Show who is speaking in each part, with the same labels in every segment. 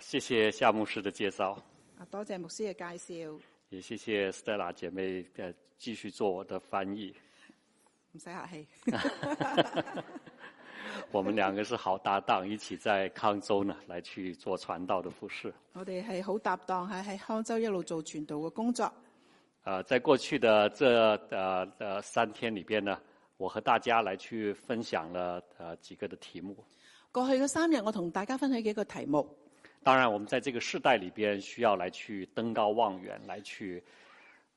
Speaker 1: 谢谢夏牧师的介绍，
Speaker 2: 啊，多謝牧師嘅介紹，
Speaker 1: 也谢谢 Stella 姐妹呃继续做我的翻译。
Speaker 2: 唔使客氣。
Speaker 1: 我们两个是好搭档，一起在康州呢来去做传道的服饰。
Speaker 2: 我哋係好搭檔，喺喺康州一路做傳道嘅工作。
Speaker 1: 呃，在过去的这呃呃三天里边呢，我和大家来去分享了呃几个的题目。
Speaker 2: 過去嘅三日，我同大家分享幾個題目。
Speaker 1: 当然，我们在这个世代里边需要来去登高望远，来去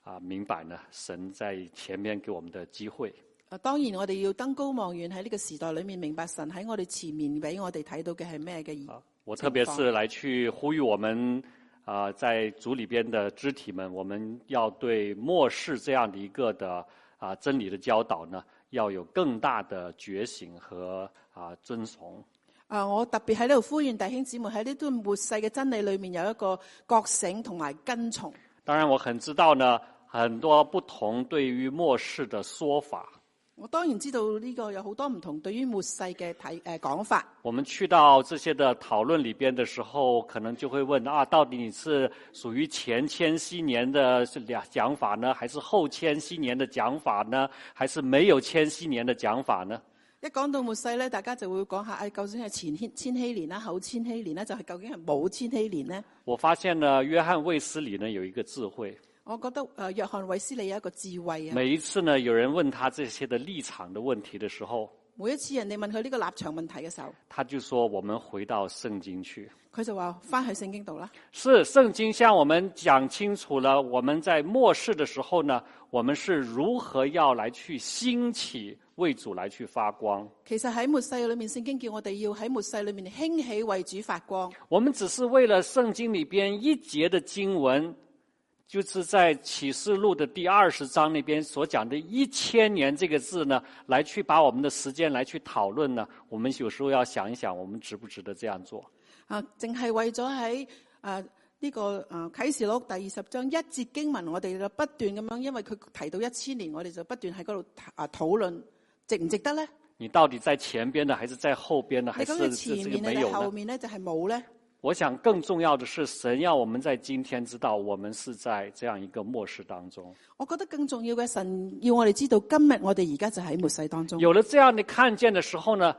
Speaker 1: 啊、明白呢神在前面给我们的机会。
Speaker 2: 啊，當然我哋要登高望遠喺呢個時代裏面，明白神喺我哋前面俾我哋睇到嘅係咩嘅意。
Speaker 1: 我
Speaker 2: 情
Speaker 1: 特别
Speaker 2: 况
Speaker 1: 是来去呼吁我们啊、在组里边的肢体们，我们要对末世这样的一个的啊、真理的教导呢，要有更大的觉醒和啊、遵从。
Speaker 2: 啊，我特別喺呢度呼籲弟兄姊妹喺呢段末世嘅真理裏面有一個覺醒同埋跟從。
Speaker 1: 当然，我很知道呢，很多不同对于末世的说法。
Speaker 2: 我當然知道呢個有好多唔同對於末世嘅睇誒講法。
Speaker 1: 我们去到这些的讨论里边的时候，可能就会问啊，到底你是属于前千禧年的是两讲法呢，还是后千禧年的讲法呢，还是没有千禧年的讲法呢？
Speaker 2: 一講到末世咧，大家就會講下，誒究竟係前千千禧年啦、啊後千禧年咧，就係、究竟係冇千禧年咧？
Speaker 1: 我发现呢，约翰卫斯理呢有一个智慧，
Speaker 2: 我覺得誒、呃約翰韋斯利有一個智慧啊！
Speaker 1: 每一次呢有人问他这些的立场的问题的时候，
Speaker 2: 每一次人哋問佢呢個立場問題嘅時候，
Speaker 1: 他就说我们回到圣经去。
Speaker 2: 佢就話翻去聖經度啦。
Speaker 1: 是圣经向我们讲清楚了，我们在末世的时候呢，我们是如何要来去兴起，为主来去发光。
Speaker 2: 其實喺末世裏面，聖經叫我哋要喺末世裏面興起為主發光。
Speaker 1: 我们只是为了圣经里边一节的经文，就是在启示录的第二十章那边所讲的“一千年”这个字呢，来去把我们的时间来去讨论呢。我们有时候要想一想，我们值不值得这样做？
Speaker 2: 啊，淨係為咗喺啊呢個啊啟示錄第二十章一節經文，我哋就不斷咁樣，因為佢提到一千年，我哋就不斷喺嗰度啊討論值唔值得咧？
Speaker 1: 你到底在前边呢，还是在后边呢，还
Speaker 2: 你講
Speaker 1: 是这
Speaker 2: 嘅前
Speaker 1: 这个
Speaker 2: 面
Speaker 1: 没
Speaker 2: 咧，
Speaker 1: 有
Speaker 2: 後
Speaker 1: 呢？
Speaker 2: 面咧就係冇咧。
Speaker 1: 我想更重要的是，神要我们在今天知道，我们是在这样一个末世当中。
Speaker 2: 我覺得更重要嘅，神要我哋知道，今日我哋而家就喺末世當中。
Speaker 1: 有了这样的看见的时候呢，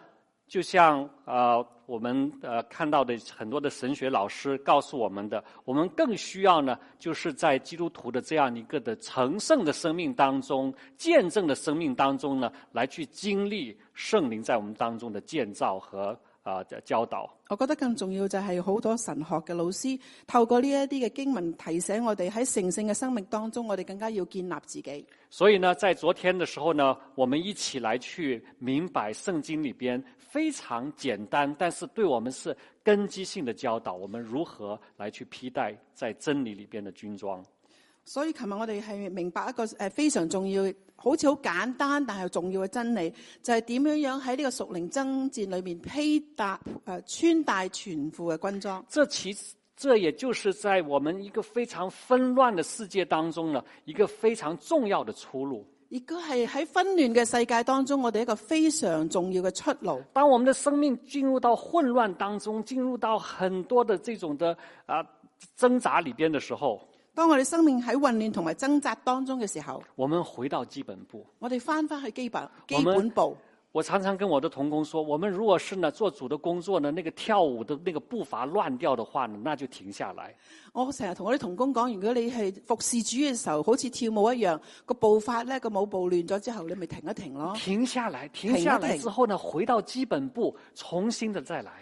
Speaker 1: 就像呃我们呃看到的很多的神学老师告诉我们的，我们更需要呢，就是在基督徒的这样一个的成圣的生命当中、见证的生命当中呢，来去经历圣灵在我们当中的建造和啊、呃教导。
Speaker 2: 我覺得更重要就係好多神學嘅老師透過呢一啲嘅經文提醒我哋喺成聖嘅生命當中，我哋更加要建立自己。
Speaker 1: 所以呢，在昨天的时候呢，我们一起来去明白圣经里边非常简单，但是对我们是根基性的教导，我们如何来去披戴在真理里边的军装。
Speaker 2: 所以琴日我哋係明白一個誒非常重要，好似好簡單但係重要嘅真理，就係點樣樣喺呢個屬靈爭戰裏面披搭誒穿戴全副嘅軍裝。
Speaker 1: 这其实这也就是在我们一个非常纷乱的世界当中呢，一个非常重要的出路。
Speaker 2: 亦都係喺紛亂嘅世界當中，我哋一個非常重要嘅出路。
Speaker 1: 当我们的生命进入到混乱当中，进入到很多的这种的啊、挣扎里边的时候，
Speaker 2: 當我哋生命喺混亂同埋掙扎當中嘅時候，
Speaker 1: 我们回到基本步。
Speaker 2: 我哋翻翻去基本
Speaker 1: 我
Speaker 2: 基
Speaker 1: 们
Speaker 2: 本步。
Speaker 1: 我常常跟我的童工说，我们如果是呢做主的工作呢，那个跳舞的那个步伐乱掉的话呢，那就停下来。
Speaker 2: 我成日同我啲童工講，如果你係服侍主嘅時候，好似跳舞一樣，個步伐咧個舞步亂咗之後，你咪停一停咯。
Speaker 1: 停下来，停
Speaker 2: 停
Speaker 1: 下
Speaker 2: 一
Speaker 1: 来
Speaker 2: 停
Speaker 1: 之后呢，回到基本步，重新的再来。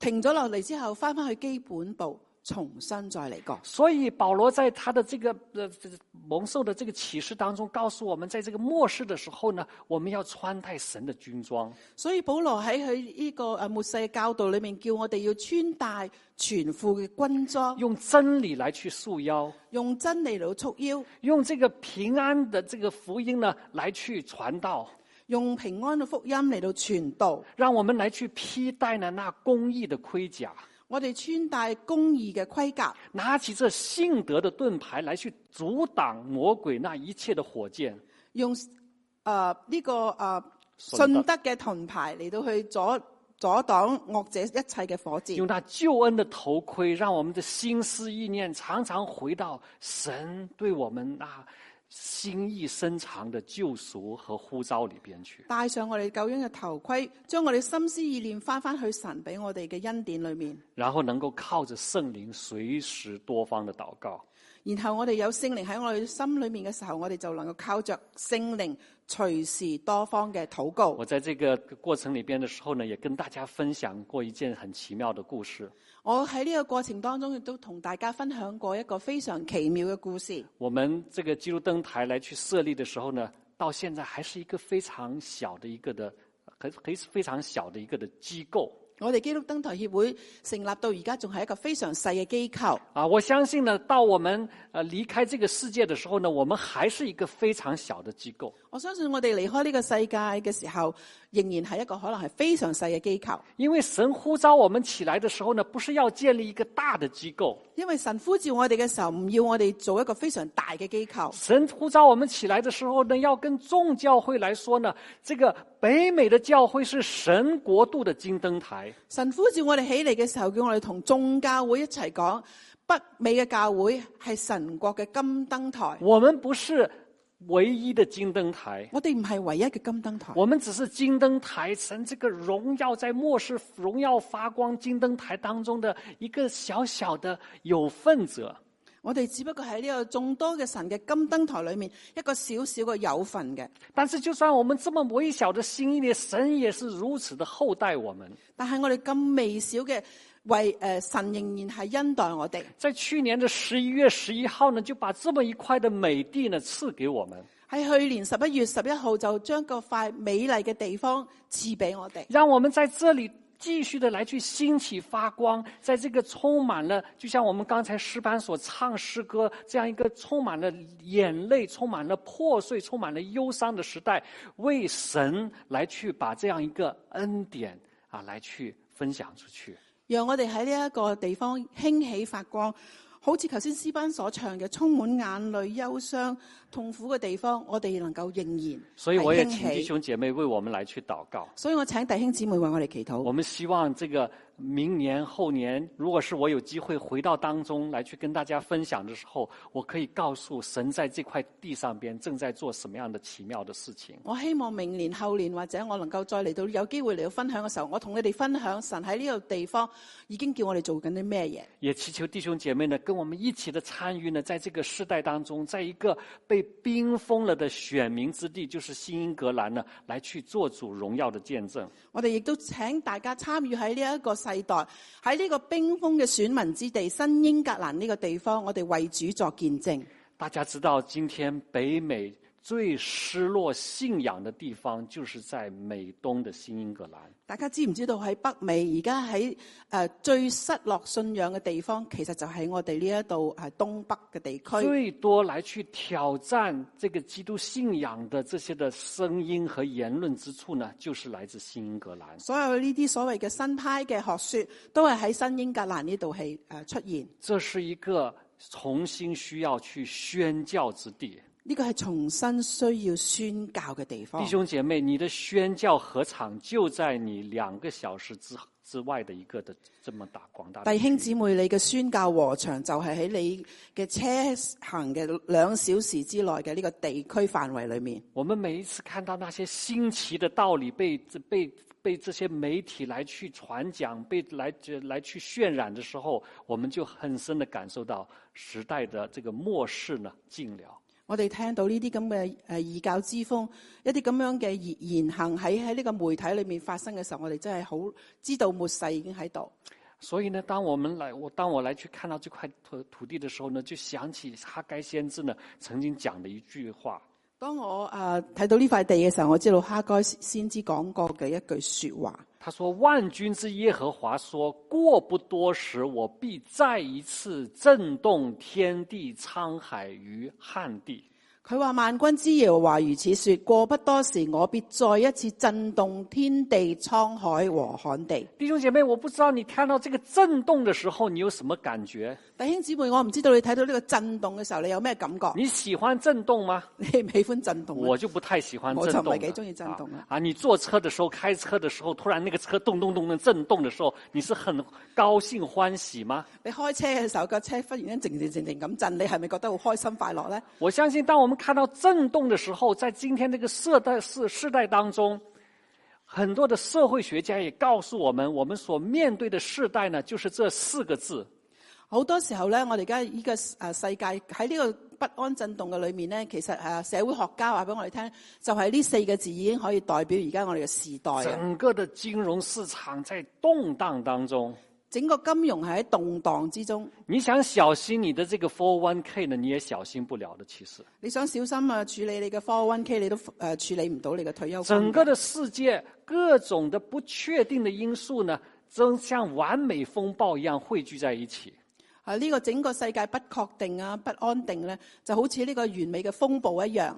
Speaker 2: 停咗落嚟之後，翻翻去基本步，重新再嚟過。
Speaker 1: 所以保罗在他的这个呃这个蒙受的这个启示当中，告诉我们，在这个末世的时候呢，我们要穿戴神的军装。
Speaker 2: 所以保羅喺佢呢個誒末世嘅教導裏面，叫我哋要穿戴全副嘅軍裝，
Speaker 1: 用真理来去束腰，
Speaker 2: 用真理嚟到束腰，
Speaker 1: 用这个平安的这个福音呢来去传道，
Speaker 2: 用平安嘅福音嚟到傳道。
Speaker 1: 让我们来去披戴呢那公义的盔甲。
Speaker 2: 我哋穿戴公義嘅盔甲。
Speaker 1: 拿起这信德的盾牌来去阻挡魔鬼那一切的火箭。
Speaker 2: 用誒呢、個誒、呃
Speaker 1: 信德
Speaker 2: 信德嘅盾牌嚟到去阻阻擋惡者一切嘅火箭。
Speaker 1: 用那救恩的头盔，让我们的心思意念常常回到神对我们那心意深长的救赎和呼召里边去。
Speaker 2: 戴上我哋救恩嘅頭盔，將我哋心思意念翻翻去神俾我哋嘅恩典裏面，
Speaker 1: 然后能够靠着圣灵随时多方的祷告，
Speaker 2: 然後我哋有聖靈喺我哋心裏面嘅時候，我哋就能夠靠着聖靈隨時多方嘅禱告。
Speaker 1: 我在这个过程里边的时候呢，也跟大家分享过一件很奇妙的故事。
Speaker 2: 我喺呢個過程當中，亦都同大家分享過一個非常奇妙嘅故事。
Speaker 1: 我们这个基督登台来去设立的时候呢，到现在还是一个非常小的一个的，很很非常小的一个的机构
Speaker 2: 我哋基督登台協會成立到而家，仲係一個非常細嘅機構。
Speaker 1: 啊。我相信呢，到我们呃离开这个世界的时候呢，我们还是一个非常小的机构，
Speaker 2: 我相信我哋離開呢個世界嘅時候，仍然係一個可能係非常細嘅機構，
Speaker 1: 因为神呼召我们起来的时候呢，不是要建立一个大的机构，
Speaker 2: 因為神呼召我哋嘅時候，唔要我哋做一個非常大嘅機構。
Speaker 1: 神呼召我们起来的时候呢，要跟众教会来说呢，这个北美的教会是神国度的金灯台，
Speaker 2: 神呼召我哋起嚟嘅時候，叫我哋同眾教會一齊講北美嘅教會係神國嘅金燈台。
Speaker 1: 我们不是唯一的金灯台。
Speaker 2: 我哋唔係唯一嘅金燈台，
Speaker 1: 我们只是金灯台神这个荣耀在末世荣耀发光金灯台当中的一个小小的有份者。
Speaker 2: 我哋只不過喺呢個眾多嘅神嘅金燈台裏面一個小小嘅有份嘅。
Speaker 1: 但是，就算我们这么微小的心意，神也是如此的厚待我们。
Speaker 2: 但係我哋咁微小嘅為诶、呃神仍然係恩待我哋。
Speaker 1: 在去年的十一月十一号呢，就把这么一块的美地呢赐给我们，
Speaker 2: 喺去年十一月十一號就將個塊美麗嘅地方賜俾我哋，
Speaker 1: 让我们在这里继续的来去兴起发光，在这个充满了，就像我们刚才诗班所唱诗歌这样一个充满了眼泪、充满了破碎、充满了忧伤的时代，为神来去把这样一个恩典啊来去分享出去。
Speaker 2: 讓我哋喺呢一個地方興起發光。好似頭先詩班所唱嘅，充滿眼淚、憂傷、痛苦嘅地方，我哋能夠仍然
Speaker 1: 所以我也
Speaker 2: 係
Speaker 1: 请
Speaker 2: 興
Speaker 1: 弟
Speaker 2: 起。
Speaker 1: 兄姐妹为我们来去祷告。
Speaker 2: 所以我請弟兄姊妹為我哋祈禱。
Speaker 1: 我们希望这个明年后年，如果是我有机会回到当中来去跟大家分享的时候，我可以告诉神在这块地上边正在做什么样的奇妙的事情。
Speaker 2: 我希望明年、後年或者我能夠再嚟到有機會嚟到分享嘅時候，我同你哋分享神喺呢個地方已經叫我哋做緊啲咩嘢。
Speaker 1: 也祈求弟兄姐妹呢，跟我们一起的参与呢，在这个世代当中，在一个被冰封了的选民之地，就是新英格兰呢，来去做主荣耀的见证。
Speaker 2: 我哋亦都請大家參與喺呢一個世代，喺呢個冰封嘅選民之地新英格蘭呢個地方，我哋為主作見證。
Speaker 1: 大家知道，今天北美最失落信仰的地方，就是在美东的新英格兰。
Speaker 2: 大家知唔知道喺北美而家喺誒最失落信仰嘅地方，其實就喺我哋呢一度誒東北嘅地區。
Speaker 1: 最多来去挑战这个基督信仰的这些的声音和言论之处呢，就是来自新英格兰。
Speaker 2: 所有呢啲所謂嘅新派嘅學説，都係喺新英格蘭呢度係誒出現。
Speaker 1: 这是一个重新需要去宣教之地。
Speaker 2: 呢個係重新需要宣教嘅地方
Speaker 1: 弟。兄姐妹，你的宣教禾场就在你两个小时之之外的一个的这么大广大的
Speaker 2: 弟
Speaker 1: 区域
Speaker 2: 兄姊妹，你嘅宣教和場就係喺你嘅車行嘅兩小時之內嘅呢個地區範圍裏面。
Speaker 1: 我们每一次看到那些新奇的道理被被被这些媒体来去传讲、被来来去渲染的时候，我们就很深的感受到时代的这个末世呢近了。
Speaker 2: 我哋聽到呢啲咁嘅誒異教之風，一啲咁樣嘅言言行喺喺呢個媒體裏面發生嘅時候，我哋真係好知道末世已經喺度。
Speaker 1: 所以呢，当我们来我当我来去看到这块土土地的时候呢，就想起哈该先知呢曾经讲的一句话，
Speaker 2: 當我誒睇、到呢塊地嘅時候，我知道哈該先知講過嘅一句説話。
Speaker 1: 他说：“万军之耶和华说，过不多时，我必再一次震动天地、沧海与旱地。”
Speaker 2: 佢話萬軍之耶和華如此說：過不多時，我必再一次震動天地、滄海和旱地。
Speaker 1: 弟兄姐妹，我不知道你看到这个震动的时候，你有什么感觉？
Speaker 2: 弟兄姊妹，我唔知道你睇到呢個震動嘅時候，你有咩感覺？
Speaker 1: 你喜欢震动吗？
Speaker 2: 你喜唔喜歡震動啊？
Speaker 1: 我就不太喜欢
Speaker 2: 我
Speaker 1: 震
Speaker 2: 就唔
Speaker 1: 动
Speaker 2: 係幾
Speaker 1: 的。
Speaker 2: 中意震動啊！
Speaker 1: 啊，你坐车的时候、开车的时候，突然那个车咚咚咚的震动的时候，你是很高兴欢喜吗？
Speaker 2: 你開車嘅時候，架車忽然間靜靜靜靜咁震，你係咪覺得好開心快樂呢？
Speaker 1: 我相信，当我们看到震动的时候，在今天这个社代世世代当中，很多的社会学家也告诉我们，我们所面对的世代呢，就是这四个字：
Speaker 2: 好多時候咧，我哋而家依個誒世界喺呢個不安震動嘅裏面咧，其實誒社會學家話俾我哋聽，就係、呢四個字已經可以代表而家我哋嘅時代啊！
Speaker 1: 整个的金融市场在动荡当中。
Speaker 2: 整個金融係喺動盪之中，
Speaker 1: 你想小心你的这个 401k 呢，你也小心不了的。其实，
Speaker 2: 你想小心啊處理你嘅 401k，你都誒、呃、處理唔到你嘅退休金。
Speaker 1: 整個的世界各种的不确定的因素呢，真像完美风暴一样汇聚在一起。
Speaker 2: 啊！呢、個整個世界不確定啊、不安定咧，就好似呢個完美嘅風暴一樣。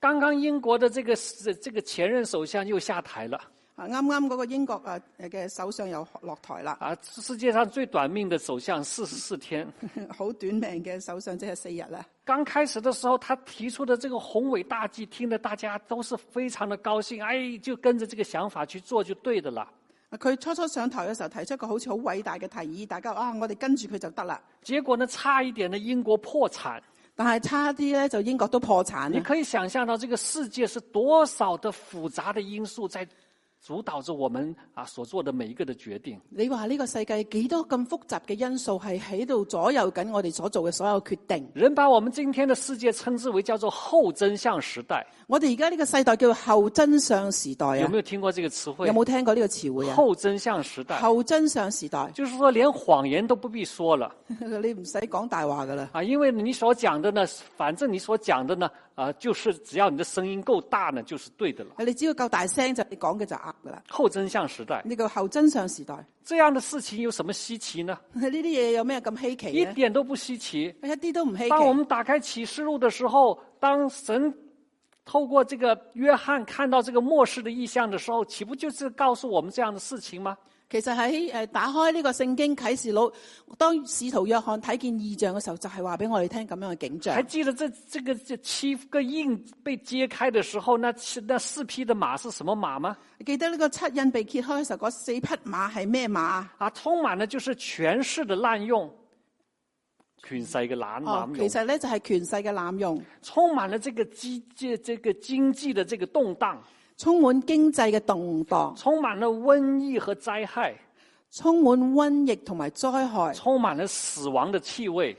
Speaker 1: 刚刚英国的这个这这个前任首相又下台了
Speaker 2: 啊！啱啱嗰個英國啊嘅首相又落台啦，
Speaker 1: 啊！世界上最短命的首相四十四天。
Speaker 2: 好短命嘅首相即係四日啦。
Speaker 1: 刚开始的时候，他提出的这个宏伟大计，听得大家都是非常的高兴，哎，就跟着这个想法去做就对的了。
Speaker 2: 啊佢初初上台嘅時候提出一個好似好偉大嘅提議，大家啊，我哋跟住佢就得啦。
Speaker 1: 结果呢，差一点呢，英國破产。
Speaker 2: 但係差啲咧，就英國都破產啊
Speaker 1: 你
Speaker 2: 啦。
Speaker 1: 可以想象到这个世界是多少的复杂的因素在主导着我们啊所做的每一个的决定。
Speaker 2: 你話呢個世界幾多咁複雜嘅因素係喺度左右緊我哋所做嘅所有決定？
Speaker 1: 人把我们今天的世界称之为叫做后真相时代，
Speaker 2: 我哋而家呢個世代叫後真相時代
Speaker 1: 有
Speaker 2: 啊
Speaker 1: 没，有听过这个词汇
Speaker 2: 有？冇聽過呢個詞彙啊？
Speaker 1: 后真相时代，
Speaker 2: 後真相時代，
Speaker 1: 就是说连谎言都不必说了
Speaker 2: 你唔使講大話噶啦。
Speaker 1: 啊，因为你所讲的呢，反正你所讲的呢，啊，就是只要你的声音够大呢，就是对的了。
Speaker 2: 你只要夠大聲就你講嘅就啱噶啦。
Speaker 1: 后真相时代
Speaker 2: 呢個後真相時代，呢
Speaker 1: 这样的事情有什么稀奇呢？
Speaker 2: 啲嘢有咩咁稀奇
Speaker 1: 一
Speaker 2: 咧？
Speaker 1: 点都不稀奇。
Speaker 2: 一啲都唔稀奇。
Speaker 1: 当我们打开启示录的时候，当神透过这个约翰看到这个末世的意象的时候，岂不就是告诉我们这样的事情吗？
Speaker 2: 其實喺誒打開呢個聖經啟示錄，當使徒約翰睇見異象嘅時候，就係話俾我哋聽咁樣嘅景
Speaker 1: 还
Speaker 2: 象。
Speaker 1: 记得这这个这七个印被揭开的时候，那七那四匹的马是什么马吗？
Speaker 2: 記得呢個七印被揭開嘅時候，嗰四匹馬係咩馬啊？
Speaker 1: 啊，充满了就是权势的滥用，权势嘅滥
Speaker 2: 哦
Speaker 1: 滥，
Speaker 2: 其
Speaker 1: 用，
Speaker 2: 實咧就係權勢嘅濫用，
Speaker 1: 充满了这个经这这个经济的这个动荡，
Speaker 2: 充滿經濟嘅動盪，
Speaker 1: 充满了瘟疫和灾害，
Speaker 2: 充滿瘟疫同埋災害，
Speaker 1: 充满了死亡的气味。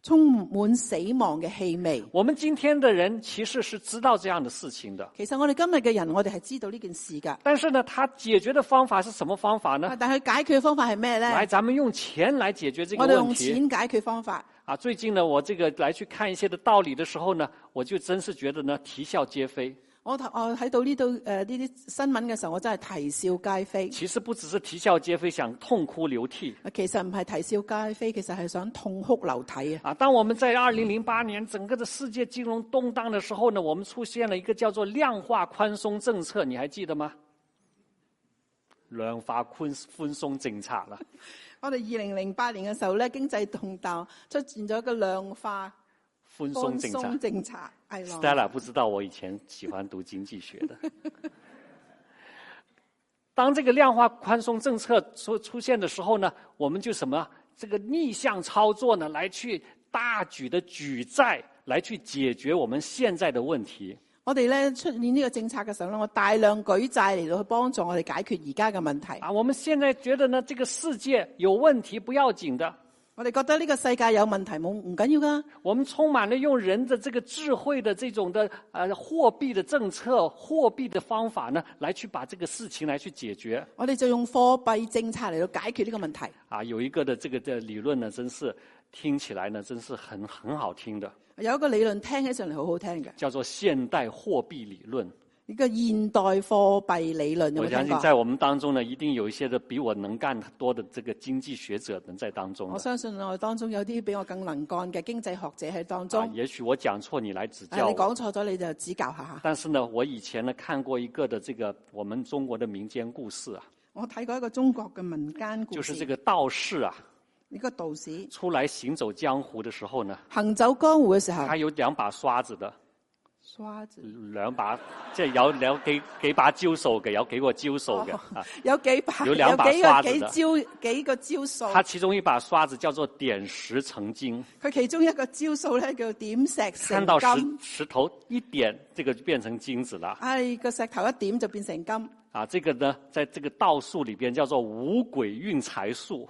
Speaker 2: 充滿死亡嘅氣味。
Speaker 1: 我们今天的人其实是知道这样的事情的，
Speaker 2: 其實我哋今日嘅人，我哋係知道呢件事㗎，
Speaker 1: 但是呢，他解决的方法是什么方法呢？
Speaker 2: 但係佢解決嘅方法係咩
Speaker 1: 来，
Speaker 2: 咧？
Speaker 1: 咱们用钱来解决这个
Speaker 2: 我哋
Speaker 1: 问
Speaker 2: 用
Speaker 1: 题
Speaker 2: 錢解決方法。
Speaker 1: 啊！最近呢，我这个来去看一些的道理的时候呢，我就真是觉得呢啼笑皆非。
Speaker 2: 我睇我睇到呢度誒呢啲新聞嘅時候，我真係啼笑皆非。
Speaker 1: 其实不只是啼笑皆非，想痛哭流涕
Speaker 2: 其實唔係啼笑皆非，其實係想痛哭流涕啊！
Speaker 1: 啊！当我们在二零零八年整个的世界金融动荡的时候呢，我们出现了一个叫做量化宽松政策，你还记得吗？量化宽宽松政策了。
Speaker 2: 我哋二零零八年嘅時候咧，經濟動盪，出現咗一個量化
Speaker 1: 宽松
Speaker 2: 放
Speaker 1: 政策
Speaker 2: 鬆，政策，係咯。
Speaker 1: Stella 不知道我以前喜欢读经济学的。 当这个量化宽松政策出出现的时候呢，我们就什么啊这个逆向操作呢，来去大举的举债，来去解决我们现在的问题。
Speaker 2: 我哋咧出現呢個政策嘅時候咧，我大量舉債嚟到去幫助我哋解決而家嘅問題。
Speaker 1: 啊，我们现在觉得呢，这个世界有问题不要紧的，
Speaker 2: 我哋覺得呢個世界有問題冇唔緊要㗎，
Speaker 1: 我们充满了用人的这个智慧的这种的呃货币的政策、货币的方法呢，来去把这个事情来去解决。
Speaker 2: 我哋就用貨幣政策嚟到解決呢個問題。
Speaker 1: 啊，有一个的这个的理论呢，真是听起来呢，真是很很好听的，
Speaker 2: 有一個理論聽起上嚟好好聽嘅，
Speaker 1: 叫做现代货币理论。
Speaker 2: 呢個現代貨幣理論有
Speaker 1: 我
Speaker 2: 冇
Speaker 1: 相
Speaker 2: 聽
Speaker 1: 信
Speaker 2: 過？
Speaker 1: 在我们当中呢，一定有一些的比我能干得多的这个经济学者能在当中
Speaker 2: 我
Speaker 1: 的。啊
Speaker 2: 相信我哋當中有啲比我更能幹嘅經濟學者喺當中
Speaker 1: 啊。也许我讲错，你来指
Speaker 2: 啊
Speaker 1: 教
Speaker 2: 你
Speaker 1: 我。
Speaker 2: 講錯咗你就指教下下。
Speaker 1: 但是呢，我以前呢看过一个的这个我们中国的民间故事啊，
Speaker 2: 我睇過一個中國嘅民間故
Speaker 1: 就是
Speaker 2: 事，
Speaker 1: 这
Speaker 2: 呢、
Speaker 1: 个道士啊，
Speaker 2: 個道士
Speaker 1: 出来行走江湖的时候呢，
Speaker 2: 行走江湖嘅時候，
Speaker 1: 他有两把刷子的，
Speaker 2: 刷子
Speaker 1: 两把，即系有有几几把招数嘅，有几个招
Speaker 2: 哦
Speaker 1: 数 嘅啊。
Speaker 2: 有幾把，
Speaker 1: 有
Speaker 2: 有
Speaker 1: 兩把刷子啊的
Speaker 2: 幾個幾招幾個招數。
Speaker 1: 他其中一把刷子叫做点石成金，
Speaker 2: 佢其中一個招數咧叫點石
Speaker 1: 看
Speaker 2: 成
Speaker 1: 到石
Speaker 2: 金，
Speaker 1: 石头一點，這個就變成金子了
Speaker 2: 唉、個石頭一點就變成金
Speaker 1: 啊！這個呢，在這個道術裏邊叫做五鬼運財術，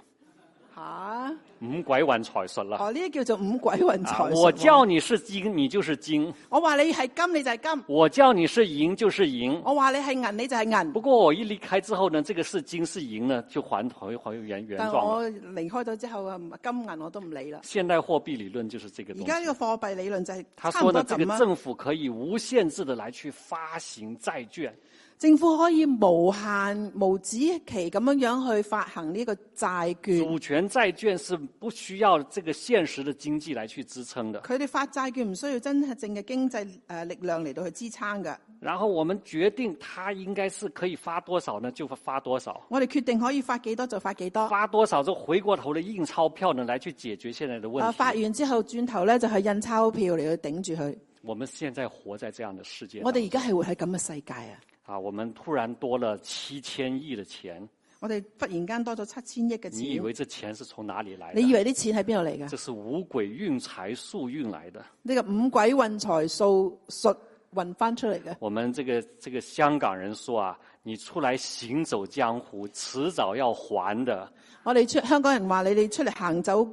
Speaker 2: 吓。
Speaker 1: 五鬼運財術了。
Speaker 2: 哦，呢啲叫做五鬼混
Speaker 1: 啊！
Speaker 2: 財術喎。
Speaker 1: 我叫你是金，你就是金；
Speaker 2: 我話你係金，你就係金；
Speaker 1: 我叫你是銀，就是銀。
Speaker 2: 我話你係銀，你就係銀。
Speaker 1: 不過我一離開之後呢，這個是金是銀呢，就還回回原原
Speaker 2: 但
Speaker 1: 狀了。
Speaker 2: 我離開咗之後啊，唔金銀我都唔理啦。
Speaker 1: 現代貨幣理論就是這個
Speaker 2: 而
Speaker 1: 東西。
Speaker 2: 家呢個貨幣理論就
Speaker 1: 他
Speaker 2: 係差
Speaker 1: 說
Speaker 2: 唔
Speaker 1: 呢，
Speaker 2: 多
Speaker 1: 這個
Speaker 2: 咁啊啦。
Speaker 1: 政府可以無限制的來去發行債券，
Speaker 2: 政府可以無限無止期咁樣樣去發行呢個債券。
Speaker 1: 主權債券是不需要這個現實的經濟來去支撐的。
Speaker 2: 佢哋發債券唔需要真係正嘅經濟誒力量嚟到去支撐嘅。
Speaker 1: 然後我們決定它應該是可以發多少呢，就發多少。
Speaker 2: 我哋決定可以發幾多就發幾多。啊
Speaker 1: 发多少之后，回過頭的印鈔票呢，來去解決現在的問
Speaker 2: 啊，
Speaker 1: 題。
Speaker 2: 發完之後轉頭咧就係印鈔票嚟去頂住佢。
Speaker 1: 我們現在活在這樣的世界
Speaker 2: 我
Speaker 1: 當中，
Speaker 2: 哋而家係活喺咁嘅世界啊！
Speaker 1: 啊，我們突然多了七千億的錢，
Speaker 2: 我哋忽然間多咗七千億嘅
Speaker 1: 你以
Speaker 2: 錢，
Speaker 1: 為這錢是從哪裡來的？
Speaker 2: 你以為啲錢喺邊度嚟㗎？
Speaker 1: 這是五鬼運財速運來的。
Speaker 2: 呢、個五鬼運財數術運翻出嚟嘅。
Speaker 1: 我們這個這個香港人說啊，你出來行走江湖，遲早要還的。
Speaker 2: 我哋出香港人話：你哋出嚟行走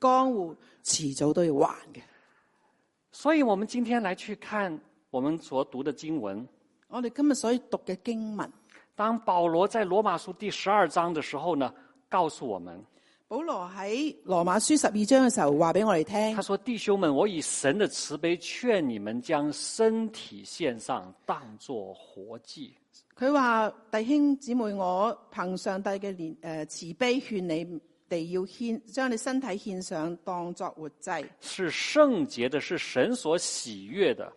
Speaker 2: 江湖，遲早都要還嘅。
Speaker 1: 所以，我們今天來去看我們所讀的經文。
Speaker 2: 我哋今日所以讀嘅經文，
Speaker 1: 當保羅在羅馬書第十二章的時候呢，告訴我們，
Speaker 2: 保羅喺羅馬書十二章嘅時候話俾我哋聽
Speaker 1: 他，说：“弟兄們，我以神的慈悲勸你們，將身體献上，当作活祭。
Speaker 2: 佢話：弟兄姊妹，我憑上帝嘅憐誒慈悲勸你哋要獻，將你身體獻上，當作活祭，
Speaker 1: 是圣洁的，是神所喜悦的。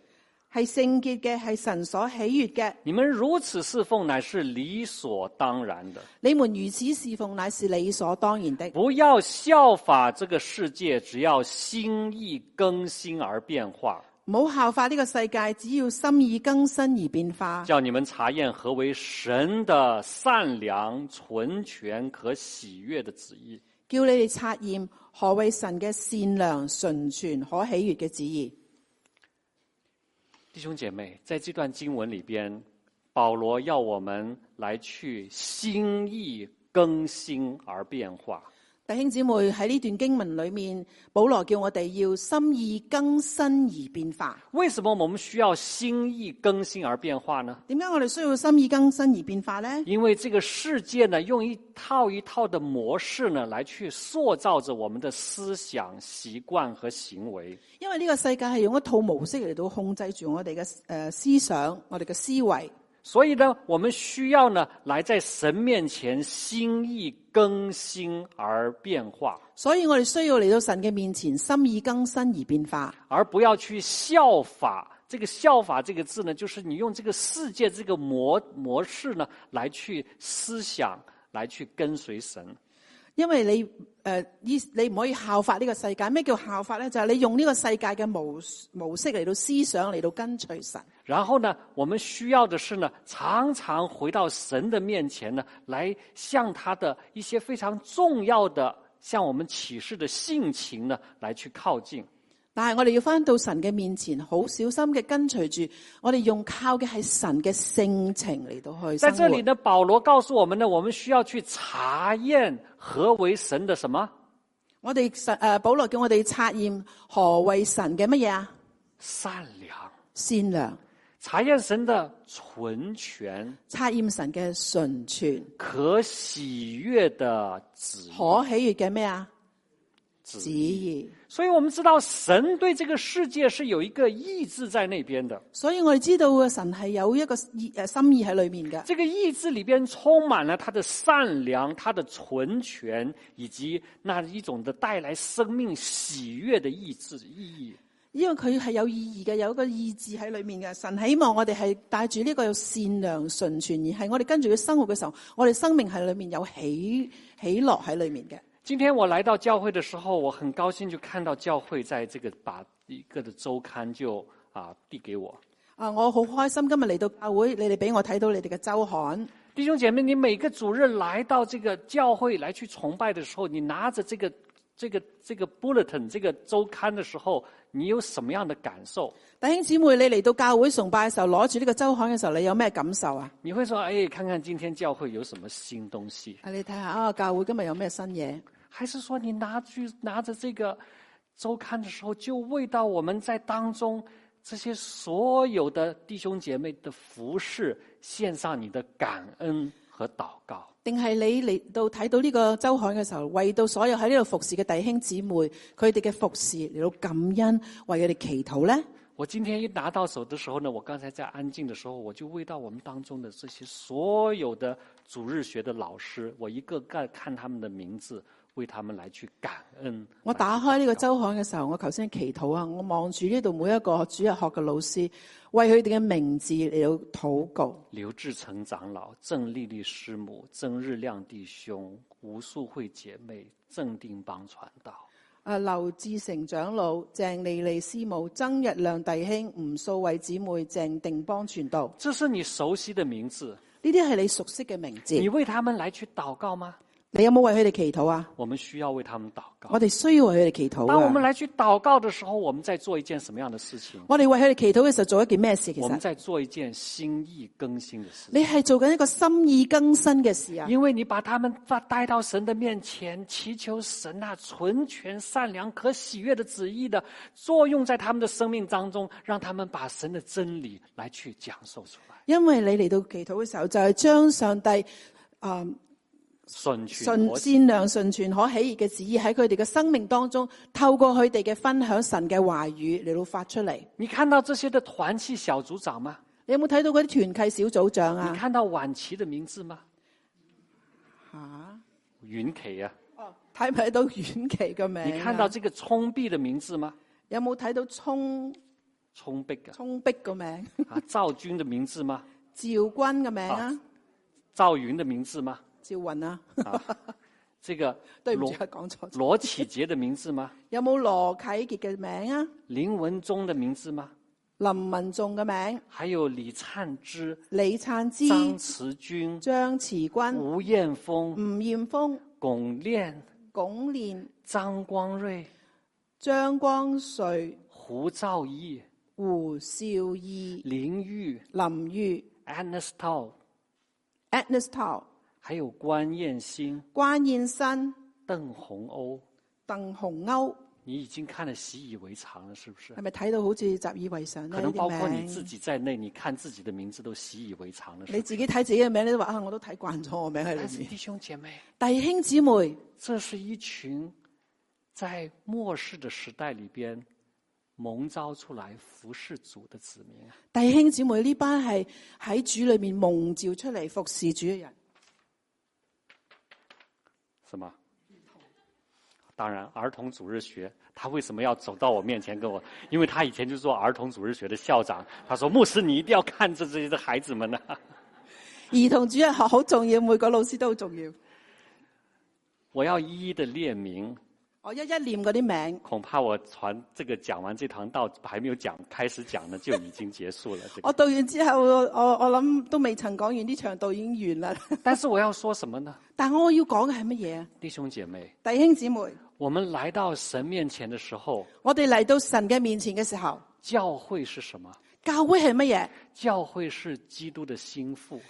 Speaker 2: 係聖潔嘅，係神所喜悅嘅。
Speaker 1: 你们如此侍奉，乃是理所当然的。
Speaker 2: 你們如此侍奉，乃是理所當然的。
Speaker 1: 不要效法这个世界，只要心意更新而变化，
Speaker 2: 唔好效法呢個世界，只要心意更新而變化。
Speaker 1: 叫你们查验何为神的善良、纯全和喜悦的旨意。”
Speaker 2: 叫你哋察驗何為神嘅善良、純全、可喜悅嘅旨意。
Speaker 1: 弟兄姐妹，在这段经文里边，保罗要我们来去心意更新而变化。
Speaker 2: 弟兄姊妹喺呢段經文裏面，保羅叫我哋要心意更新而變化。
Speaker 1: 为什么我们需要心意更新而变化呢？
Speaker 2: 點解我哋需要心意更新而變化呢？
Speaker 1: 因为这个世界呢，用一套一套的模式呢，来去塑造着我们的思想、习惯和行为。
Speaker 2: 因為呢個世界係用一套模式嚟到控制住我哋嘅诶思想、我哋嘅思維。
Speaker 1: 所以呢，我们需要呢，来在神面前心意更新而变化，
Speaker 2: 所以我哋需要嚟到神嘅面前，心意更新而變化，
Speaker 1: 而不要去效法。这个“效法”这个字呢，就是你用这个世界这个模模式呢，来去思想，来去跟随神。
Speaker 2: 因為你诶、呃依你唔可以效法呢個世界。咩叫效法呢？就係你用呢個世界嘅模模式嚟到思想，嚟到跟隨神。
Speaker 1: 然后呢，我们需要的是呢，常常回到神的面前呢，来向他的一些非常重要的向我们启示的性情呢，来去靠近。
Speaker 2: 但係我哋要翻到神嘅面前，好小心嘅跟隨住，我哋用靠嘅係神嘅性情嚟到去
Speaker 1: 在
Speaker 2: 生
Speaker 1: 这里
Speaker 2: 活。
Speaker 1: 呢，保罗告诉我们呢，我们需要去查验何为神的什么
Speaker 2: 我哋神诶、呃保羅叫我哋察驗何為神嘅乜嘢啊？
Speaker 1: 善良。
Speaker 2: 善良，
Speaker 1: 查验神的纯全、
Speaker 2: 察驗神嘅純全，
Speaker 1: 可喜悦的旨意
Speaker 2: 可喜悦嘅咩啊？
Speaker 1: 旨
Speaker 2: 旨
Speaker 1: 意。
Speaker 2: 意。
Speaker 1: 所以我们知道，神对这个世界是有一个意志在那边的。
Speaker 2: 所以我哋知道嘅神係有一個意诶心意喺裏面嘅。
Speaker 1: 这个意志里边充满了他的善良、他的纯全，以及那一种的带来生命喜悦的意志意义。
Speaker 2: 因為佢係有意義嘅，有一個意志喺裏面嘅。神希望我哋係帶住呢個有善良、純全，而係我哋跟住佢生活嘅時候，我哋生命喺裏面有喜喜樂喺裏面嘅。
Speaker 1: 今天我来到教会的时候，我很高兴就看到教会在这个把一个的周刊就啊递给我。
Speaker 2: 啊，我好開心今日嚟到教會，你哋俾我睇到你哋嘅周刊。
Speaker 1: 弟兄姐妹，你每个主日来到这个教会来去崇拜的时候，你拿着这个这个这个 bulletin 这个周刊的时候，你有什么样的感受？
Speaker 2: 弟兄姊妹，你嚟到教會崇拜嘅時候，攞住呢個周刊嘅時候，你有咩感受啊？
Speaker 1: 你会说：“哎，看看今天教会有什么新东西
Speaker 2: 啊，你睇下啊，教會今日有咩新嘢？？”
Speaker 1: 还是说你拿去拿着这个周刊的时候，就为到我们在当中这些所有的弟兄姐妹的服侍，献上你的感恩和祷告？
Speaker 2: 定係你嚟到睇到呢個周刊嘅時候，為到所有喺呢度服侍嘅弟兄姊妹，佢哋嘅服侍嚟到感恩，為佢哋祈禱呢？
Speaker 1: 我今天一拿到手的时候呢，我刚才在安静的时候，我就为到我们当中的这些所有的主日学的老师，我一个个看他们的名字，为他们来去感恩。
Speaker 2: 我打開呢個周刊嘅時候，我頭先祈禱啊，我望住呢度每一個主日學嘅老師，為佢哋嘅名字嚟到禱告。
Speaker 1: 刘志成长老、郑丽丽师母、郑日亮弟兄、吴素慧姐妹、郑定邦传道，
Speaker 2: 啊，劉志成長老、鄭莉莉師母、曾日亮弟兄、吳素慧姊妹、鄭定邦傳道，
Speaker 1: 这是你熟悉的名字，
Speaker 2: 呢啲係你熟悉嘅名字。
Speaker 1: 你為他们来去祷告吗？
Speaker 2: 你有冇為佢哋祈禱啊？
Speaker 1: 我们需要为他们祷告。
Speaker 2: 我哋需要為佢哋祈禱
Speaker 1: 当我们
Speaker 2: 啊！
Speaker 1: 来去祷告的时候，我们在做一件什么样的事情？
Speaker 2: 我哋為佢哋祈禱嘅時候做一件咩事？其
Speaker 1: 我们
Speaker 2: 實
Speaker 1: 在做一件心意更新的事，
Speaker 2: 你係做緊一個心意更新嘅事啊！
Speaker 1: 因为你把他们带带到神的面前，祈求神啊纯全、善良、可喜悦的旨意的作用在他们的生命当中，让他们把神的真理来去讲授出来，
Speaker 2: 因為你嚟到祈禱嘅時候，就係、將上帝啊。
Speaker 1: 顺全
Speaker 2: 純
Speaker 1: 我
Speaker 2: 善良、純全可喜熱嘅旨意喺佢哋嘅生命當中，透過佢哋嘅分享神嘅話語嚟到發出嚟。
Speaker 1: 你看到这些的团契小组长吗？
Speaker 2: 你有冇睇到嗰啲團契小組長
Speaker 1: 你
Speaker 2: 啊？
Speaker 1: 看到晚琪的名字吗？
Speaker 2: 吓、
Speaker 1: 云凯啊，
Speaker 2: 哦，睇唔睇到遠期嘅名啊、
Speaker 1: 你看到這個聪碧的名字吗？
Speaker 2: 有冇睇到聰
Speaker 1: 聪碧啊，
Speaker 2: 聰碧個名、
Speaker 1: 啊，赵军的名字吗？
Speaker 2: 趙君嘅名啊
Speaker 1: 啊、赵云的名字吗？
Speaker 2: 趙雲啊？
Speaker 1: 这个
Speaker 2: 對唔
Speaker 1: 罗
Speaker 2: 住啊，講錯。
Speaker 1: 罗启杰的名字吗？
Speaker 2: 有冇羅啟傑嘅名啊？
Speaker 1: 林文忠的名字吗？
Speaker 2: 林文仲嘅名、
Speaker 1: 还有李灿之、
Speaker 2: 李燦之、
Speaker 1: 张慈君、
Speaker 2: 張慈君、
Speaker 1: 吴彦峰、
Speaker 2: 吳艷峰、
Speaker 1: 巩练、
Speaker 2: 鞏練、
Speaker 1: 张光瑞、
Speaker 2: 張光瑞。
Speaker 1: 胡兆义、
Speaker 2: 胡少義、
Speaker 1: 林玉、
Speaker 2: 林玉、
Speaker 1: Anastal，
Speaker 2: Agnes Tao、
Speaker 1: 还有关燕新、
Speaker 2: 關燕新、
Speaker 1: 邓洪欧。
Speaker 2: 鄧紅歐，
Speaker 1: 你已经看得习以为常了，是不是
Speaker 2: 係？咪睇到好似習以為常
Speaker 1: 可
Speaker 2: 呢？
Speaker 1: 能包括
Speaker 2: 啲
Speaker 1: 你自
Speaker 2: 名，
Speaker 1: 己在内，你看自己的名字都习以为常了。是
Speaker 2: 你
Speaker 1: 不
Speaker 2: 自己睇自己嘅名，你都話啊，我都睇慣咗我名喺
Speaker 1: 是但是
Speaker 2: 裏 面。
Speaker 1: 弟兄姐妹，
Speaker 2: 弟兄姊妹，
Speaker 1: 这是一群在末世的时代里边蒙召出来服侍主的子民啊！
Speaker 2: 弟兄姊妹呢班係喺主裏面蒙召出嚟服侍主嘅人。
Speaker 1: 什么？当然，儿童主日学，他为什么要走到我面前跟我？因为他以前就做儿童主日学的校长，他说：“牧师，你一定要看着这些孩子们呐、啊
Speaker 2: 兒童主日學好重要，每個老師都好重要。
Speaker 1: 我要一一的列名，
Speaker 2: 我一一念嗰 啲名，
Speaker 1: 恐怕我传这个讲完这堂道还没有讲开始讲呢，就已经结束了。这
Speaker 2: 我
Speaker 1: 个，
Speaker 2: 讀完之後，我我我諗都未曾講完，呢場道已經完啦。
Speaker 1: 但是我要说什么呢？
Speaker 2: 但我要講嘅係乜嘢啊？
Speaker 1: 弟兄姐妹，
Speaker 2: 弟兄姊妹。
Speaker 1: 我们来到神面前的时候，
Speaker 2: 我哋嚟到神嘅面前嘅時候，
Speaker 1: 教会是什么？
Speaker 2: 教會係乜嘢？
Speaker 1: 教会是基督的心腹，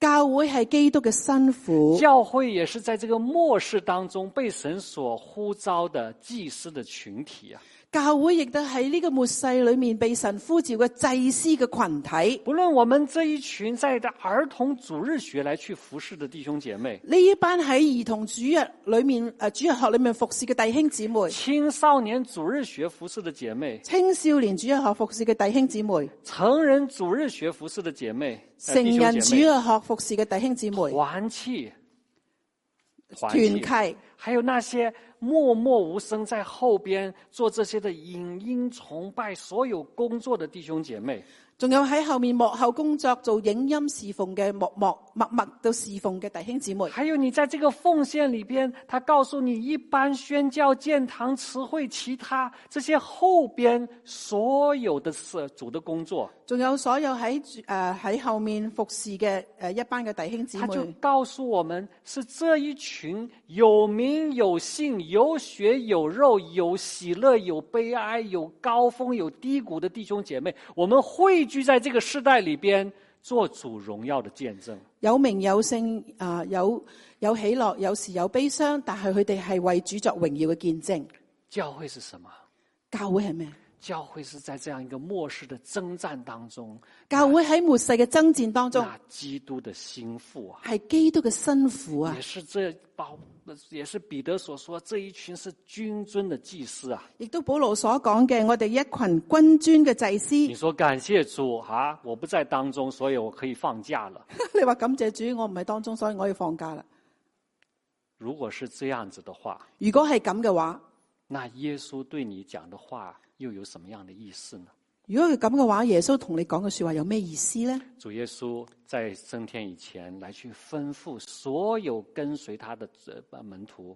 Speaker 2: 教會係基督嘅辛苦，
Speaker 1: 教会也是在这个末世当中被神所呼召的祭司的群体啊。
Speaker 2: 教會亦都喺呢個末世裏面被神呼召嘅祭司嘅群體。
Speaker 1: 不论我们这一群在这儿童主日学来去服侍的弟兄姐妹，
Speaker 2: 呢一班喺兒童主日裏面诶、呃主日學裏面服侍嘅弟兄姊妹，
Speaker 1: 青少年主日学服侍的姐妹，
Speaker 2: 青少年主日學服侍嘅弟兄姊妹，
Speaker 1: 成人主日学服侍的姐妹，呃
Speaker 2: 成
Speaker 1: 弟
Speaker 2: 人
Speaker 1: 兄
Speaker 2: 主
Speaker 1: 姐妹
Speaker 2: 日學服侍嘅弟兄姊妹，
Speaker 1: 团契，团契，
Speaker 2: 團契。
Speaker 1: 还有那些默默无声在后边做这些的影音崇拜、所有工作的弟兄姐妹，
Speaker 2: 仲有喺後面幕後工作做影音侍奉嘅幕幕默默到侍奉嘅弟兄姊妹，
Speaker 1: 还有你在这个奉献里边，他告诉你一般宣教、建堂、词汇、其他这些后边所有的事主的工作，
Speaker 2: 仲有所有喺诶喺後面服侍嘅诶、呃一班嘅弟兄姊
Speaker 1: 他就
Speaker 2: 妹，
Speaker 1: 告诉我们是这一群有名有姓、有血有肉、有喜乐有悲哀、有高峰有低谷的弟兄姐妹，我们汇聚在这个世代里边，做主荣耀的见证。
Speaker 2: 有名有姓啊、有有喜樂，有時有悲傷，但係佢哋係為主作榮耀嘅見證。
Speaker 1: 教会是什么？
Speaker 2: 教會係咩？
Speaker 1: 教会是在这样一个末世的征战当中，
Speaker 2: 教會喺末世嘅爭戰當中，
Speaker 1: 那基督的心腹啊，
Speaker 2: 係基督嘅辛苦啊
Speaker 1: 也，是这保，也是彼得所说这一群是君尊的祭司啊。
Speaker 2: 亦都保羅所講嘅，我哋一群君尊嘅祭司。
Speaker 1: 你说感谢主啊，我不在当中，所以我可以放假了。
Speaker 2: 你話感謝主，我唔係當中，所以我要放假啦。
Speaker 1: 如果是这样子的话，
Speaker 2: 如果係咁嘅話，
Speaker 1: 那耶稣对你讲的话又有什么样的意思呢？
Speaker 2: 如果佢咁嘅話，耶穌同你講嘅说話有咩意思呢？
Speaker 1: 主耶稣在升天以前来去吩咐所有跟随他的呃门徒，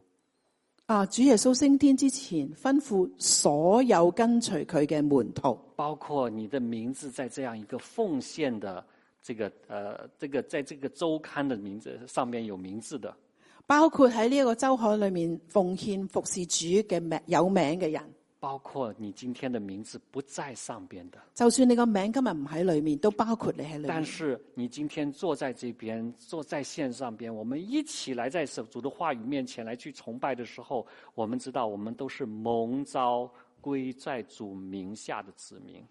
Speaker 2: 啊，主耶穌升天之前吩咐所有跟隨佢嘅門徒，
Speaker 1: 包括你的名字在这样一个奉献的这个呃这个在这个周刊的名字上面有名字的，
Speaker 2: 包括喺呢一个周刊裏面奉獻服侍主嘅名有名嘅人，
Speaker 1: 包括你今天的名字不在上边的，
Speaker 2: 就算你個名今日唔喺裏面，都包括你喺裏
Speaker 1: 但
Speaker 2: 面。
Speaker 1: 是你今天坐在这边，坐在线上边，我们一起来在手足的话语面前来去崇拜的时候，我们知道我们都是蒙召归在主名下的子民。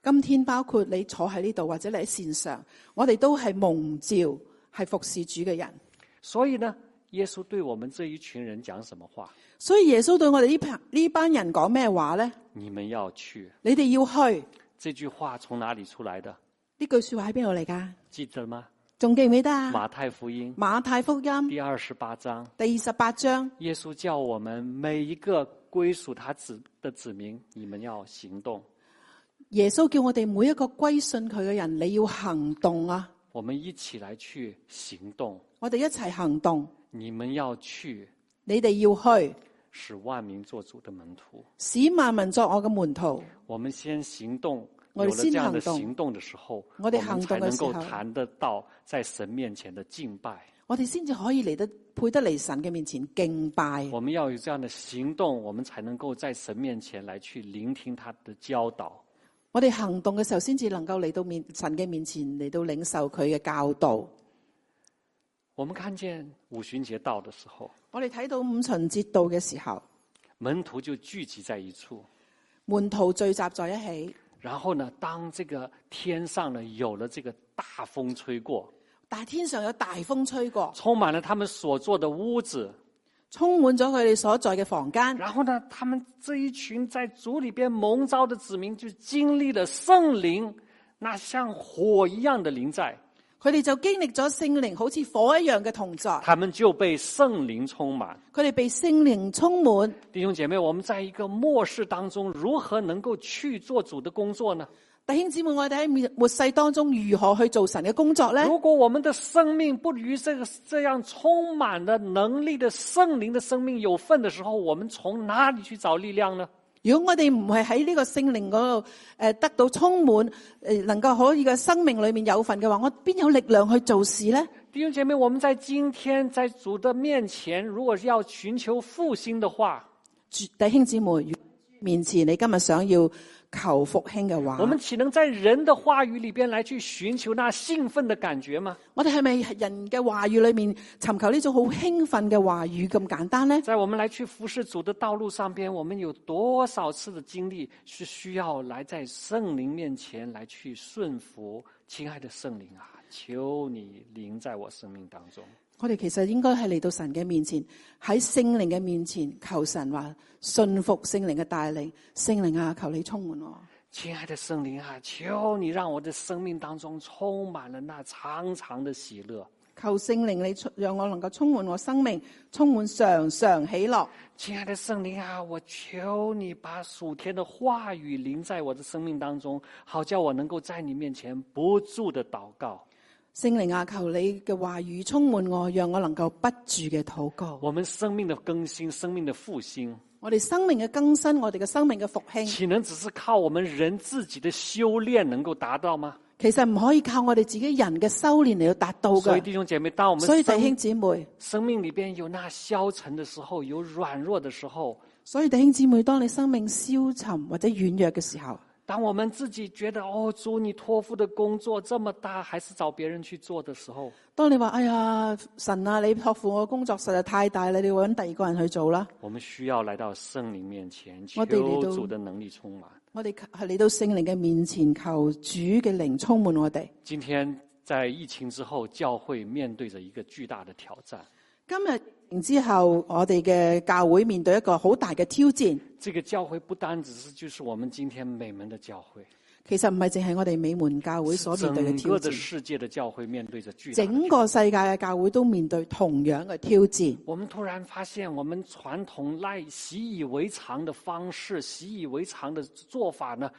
Speaker 2: 今天包括你坐喺呢度，或者你喺線上，我哋都係蒙召，係服侍主嘅人。
Speaker 1: 所以呢，耶稣对我们这一群人讲什么话？
Speaker 2: 所以耶穌對我哋呢班呢班人講咩話呢？
Speaker 1: 你们要去。
Speaker 2: 你哋要去
Speaker 1: 这句话從哪里出来的？
Speaker 2: 呢句说話喺邊度嚟㗎？
Speaker 1: 记得吗？
Speaker 2: 仲記唔記得啊？
Speaker 1: 马太福音
Speaker 2: 馬太福音
Speaker 1: 第二十八章，
Speaker 2: 第二十八章，
Speaker 1: 耶稣叫我们每一个归属他子的子民，你们要行动。
Speaker 2: 耶穌叫我哋每一個歸信佢嘅人，你要行動啊！
Speaker 1: 我们一起来去行动。
Speaker 2: 我哋一齊行動，
Speaker 1: 你们要去，
Speaker 2: 你哋要去，
Speaker 1: 使万民做主的门徒。
Speaker 2: 使萬民作我嘅門徒。
Speaker 1: 我们先行动，有
Speaker 2: 我
Speaker 1: 了
Speaker 2: 哋
Speaker 1: 这
Speaker 2: 先
Speaker 1: 样的
Speaker 2: 行動
Speaker 1: 行動的時候，
Speaker 2: 我哋行動
Speaker 1: 才
Speaker 2: 嘅
Speaker 1: 能
Speaker 2: 時
Speaker 1: 夠
Speaker 2: 候
Speaker 1: 談得到在神面前的敬拜。
Speaker 2: 我哋先至可以嚟得配得嚟神嘅面前敬拜。
Speaker 1: 我们要有这样的行動，我们才能夠在神面前来去聆听他的教導。
Speaker 2: 我哋行動嘅時候，先至能夠嚟到面神嘅面前嚟到領受佢嘅教導。
Speaker 1: 我们看見五旬節到的時候，
Speaker 2: 我哋睇到五旬節到嘅時候，
Speaker 1: 門徒就聚集在一處。
Speaker 2: 門徒聚集在一起。
Speaker 1: 然后呢，当这个天上呢有了这个大風吹過，
Speaker 2: 大天上有大風吹過，
Speaker 1: 充滿了他們所坐的屋子，
Speaker 2: 充滿咗佢哋所在嘅房 間。
Speaker 1: 然后呢，他们这一群在族里边蒙召的子民，就经历了圣灵那像火一样的临在，
Speaker 2: 佢哋就經歷咗聖靈好似火一樣嘅同在，
Speaker 1: 他们就被圣灵充满。
Speaker 2: 佢哋被聖靈充滿。
Speaker 1: 弟兄姐妹，我们在一个末世当中，如何能够去做主的工作呢？
Speaker 2: 弟兄姊妹，我哋喺末世當中如何去做神嘅工作呢？
Speaker 1: 如果我们的生命不与这个这样充满了能力的圣灵的生命有份的时候，我们从哪里去找力量呢？
Speaker 2: 如果我哋唔係喺呢個聖靈嗰度诶得到充滿诶、呃能夠可以嘅生命裏面有份嘅話，我邊有力量去做事呢？
Speaker 1: 弟兄姐妹，我们在今天在主的面前，如果是要寻求复兴的话，
Speaker 2: 主弟兄姊妹，如果面前你今日想要求復興嘅話，
Speaker 1: 我们岂能在人的话语里边来去寻求那兴奋的感觉吗？
Speaker 2: 我哋係咪人嘅話語裏面尋求呢種好興奮嘅話語咁簡單呢？
Speaker 1: 在我们来去服侍主的道路上边，我们有多少次的经历是需要来在圣灵面前来去顺服？亲爱的圣灵啊，求你临在我生命当中。
Speaker 2: 我哋其實應該係嚟到神嘅面前，喺聖靈嘅面前求神話，信服聖靈嘅帶領。聖靈啊，求你充滿我。
Speaker 1: 亲爱的圣灵啊，求你让我的生命当中充满了那长长的喜乐。
Speaker 2: 求聖靈你出讓我能夠充滿我生命，充滿常常喜樂。
Speaker 1: 亲爱的圣灵啊，我求你把属天的话语临在我的生命当中，好叫我能够在你面前不住的祷告。
Speaker 2: 聖靈啊，求你嘅話語充滿我，讓我能夠不住嘅禱告。
Speaker 1: 我们生命的更新，生命的复兴，
Speaker 2: 我哋生命嘅更新，我哋嘅生命嘅復興，
Speaker 1: 岂能只是靠我们人自己的修炼能够达到吗？
Speaker 2: 其實唔可以靠我哋自己人嘅修煉嚟到達到
Speaker 1: 所以
Speaker 2: 嘅。
Speaker 1: 弟兄姐妹，当我
Speaker 2: 所以
Speaker 1: 们
Speaker 2: 弟兄
Speaker 1: 生
Speaker 2: 姊妹，
Speaker 1: 生命里边有那消沉的时候，有软弱的时候，
Speaker 2: 所以弟兄姊妹，當你生命消沉或者軟弱嘅時候，
Speaker 1: 当我们自己觉得哦，主你托付的工作这么大，还是找别人去做的时候，
Speaker 2: 當你話哎呀神啊，你托付我嘅工作實在太大啦，你揾第二個人去做啦。
Speaker 1: 我们需要来到圣灵面前，
Speaker 2: 我
Speaker 1: 求
Speaker 2: 哋嚟到
Speaker 1: 主的能力充满。
Speaker 2: 我哋係嚟到聖靈嘅面前，求主嘅靈充滿我哋。
Speaker 1: 今天在疫情之后，教会面对着一个巨大的挑战。
Speaker 2: 今日然之後，我哋嘅教會面對一個好大嘅挑戰。
Speaker 1: 这个教会不单只是就是我们今天美门的教会，
Speaker 2: 其實唔係淨係我哋美門教會所面對嘅
Speaker 1: 整
Speaker 2: 挑
Speaker 1: 个的
Speaker 2: 戰，
Speaker 1: 世界的教会面对着巨大的
Speaker 2: 整個世界嘅教會都面對同樣嘅挑戰。
Speaker 1: 我们突然发现，我们传统赖习以为常的方式、习以为常的做法呢，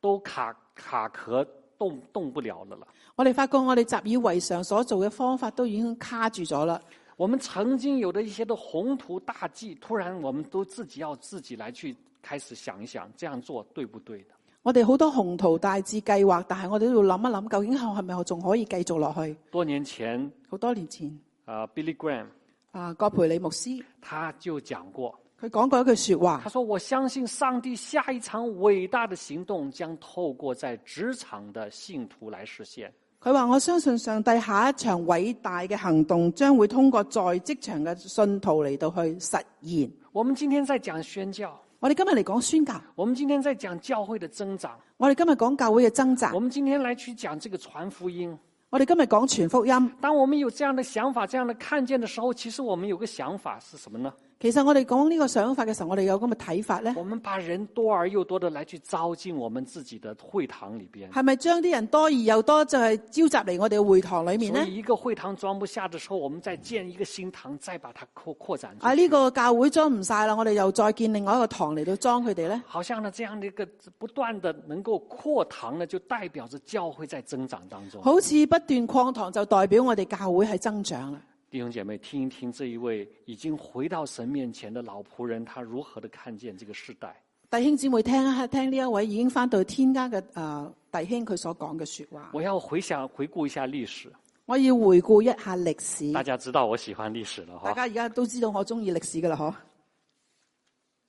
Speaker 1: 都卡卡壳，动动不了了了。
Speaker 2: 我哋發覺我哋習以為常所做嘅方法都已經卡住咗啦。
Speaker 1: 我们曾经有的一些的宏图大计，突然我们都自己要自己来去开始想一想，这样做对不对的？
Speaker 2: 我哋好多宏圖大志計劃，但係我哋都要諗一諗，究竟係咪我仲可以繼續落去？
Speaker 1: 多年前，
Speaker 2: 好多年前，
Speaker 1: 啊、b i l l y Graham
Speaker 2: 啊葛培理牧師
Speaker 1: 他就讲过，
Speaker 2: 佢講過一句说話，
Speaker 1: 他说：“我相信上帝下一场伟大的行动将透过在职场的信徒来实现。”
Speaker 2: 佢話：我相信上帝下一場偉大嘅行動將會通過在職場嘅信徒嚟到去實現。
Speaker 1: 我们今天在讲宣教，
Speaker 2: 我哋今日嚟講宣教，
Speaker 1: 我们今天在讲教会的增长，
Speaker 2: 我哋今日講教會嘅掙扎
Speaker 1: 我，们今天来去讲这个传福音。
Speaker 2: 我哋今日講全福音。
Speaker 1: 当我们有这样的想法、这样的看见的时候，其实我们有个想法是什么呢？
Speaker 2: 其實我哋講呢個想法嘅時候，我哋有咁嘅睇法 呢？
Speaker 1: 我们把人多而又多的来去招进我们自己的会堂里边。
Speaker 2: 係咪將啲人多而又多，就係召集嚟我哋嘅會堂裏面
Speaker 1: 所
Speaker 2: 呢？
Speaker 1: 以一个会堂装不下的时候，我们再建一个新堂，再把它扩扩展出
Speaker 2: 啊，
Speaker 1: 去。
Speaker 2: 呢、個教會裝唔晒啦，我哋又再建另外一個堂嚟到裝佢哋呢。
Speaker 1: 好像呢这样的一个不断的能够扩堂呢，就代表着教会在增长当中。
Speaker 2: 好似不斷擴堂，就代表我哋教會係增長啦。
Speaker 1: 弟兄姐妹，听一听这一位已经回到神面前的老仆人，他如何的看见这个世代。
Speaker 2: 弟兄姊妹聽一下，聽呢一位已經翻到天家嘅啊弟兄佢所講嘅说話。
Speaker 1: 我要回想回顾一下历史，
Speaker 2: 我要回顧一下歷史，
Speaker 1: 大家知道我喜欢歷史了
Speaker 2: 嗯大
Speaker 1: 哈。
Speaker 2: 家而家都知道我中意歷史噶啦，嗬。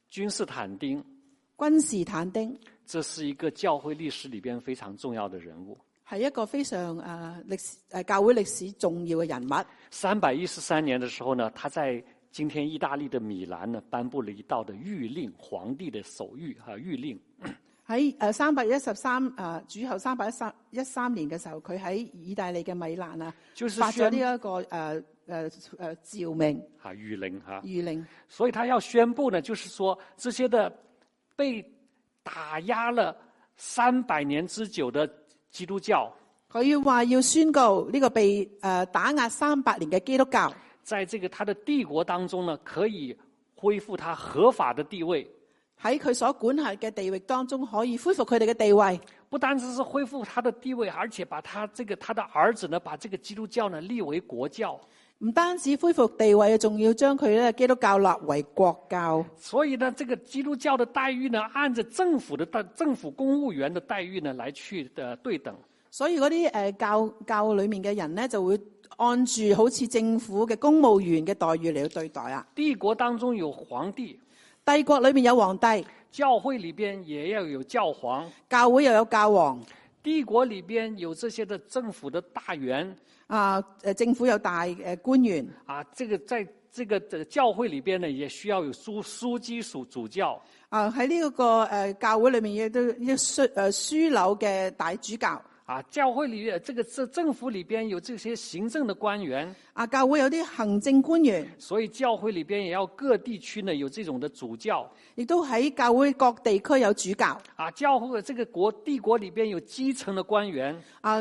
Speaker 1: 君士坦丁，
Speaker 2: 君士坦丁
Speaker 1: 这是一个教会历史里边非常重要的人物。
Speaker 2: 係一個非常啊历史诶教會歷史重要嘅人物。
Speaker 1: 三百一十三年的时候呢，他在今天意大利的米兰呢，颁布了一道的谕令，皇帝的手谕啊，谕令。
Speaker 2: 喺誒三百一十三誒主後三百一三一三年嘅時候，佢喺意大利嘅米蘭啊，
Speaker 1: 就是
Speaker 2: 發咗
Speaker 1: 宣
Speaker 2: 呢一個啊誒誒誒召命
Speaker 1: 啊谕令哈、
Speaker 2: 谕令，
Speaker 1: 所以他要宣布呢，就是说这些的被打压了三百年之久的基督教，
Speaker 2: 佢要話要宣告呢個被誒、呃打壓三百年嘅基督教
Speaker 1: 在这个他的帝国当中呢，可以恢复他合法的地位，
Speaker 2: 喺佢所管轄嘅地域當中可以恢復佢哋嘅地位，
Speaker 1: 不单只是恢复他的地位，而且把他这个他的儿子呢，把这个基督教呢立为国教。
Speaker 2: 唔單止恢復地位，啊仲要將佢咧基督教立為國教。
Speaker 1: 所以呢，这个基督教的待遇呢，按着政府的待政府公务员的待遇呢来去的对等。
Speaker 2: 所以嗰啲誒教教裡面嘅人咧就會按住好似政府嘅公務員嘅待遇嚟到對待啊。
Speaker 1: 帝国当中有皇帝，
Speaker 2: 帝國裏面有皇帝，
Speaker 1: 教会里边也要有教皇，
Speaker 2: 教會又有教皇，
Speaker 1: 帝国里边有这些的政府的大员
Speaker 2: 啊誒政府有大誒官員，
Speaker 1: 啊，这个在这个这个教会里边呢，也需要有书书记属主教
Speaker 2: 啊喺呢一個誒教會裏面亦都一樞誒樞紐嘅大主教，
Speaker 1: 啊，教会里边这个政政府里边有这些行政的官员，
Speaker 2: 啊教會有啲行政官員，
Speaker 1: 所以教会里边也要各地区呢有这种的主教
Speaker 2: 亦都喺教會各地區有主教，
Speaker 1: 啊，教会这个国帝国里边有基层的官员，
Speaker 2: 啊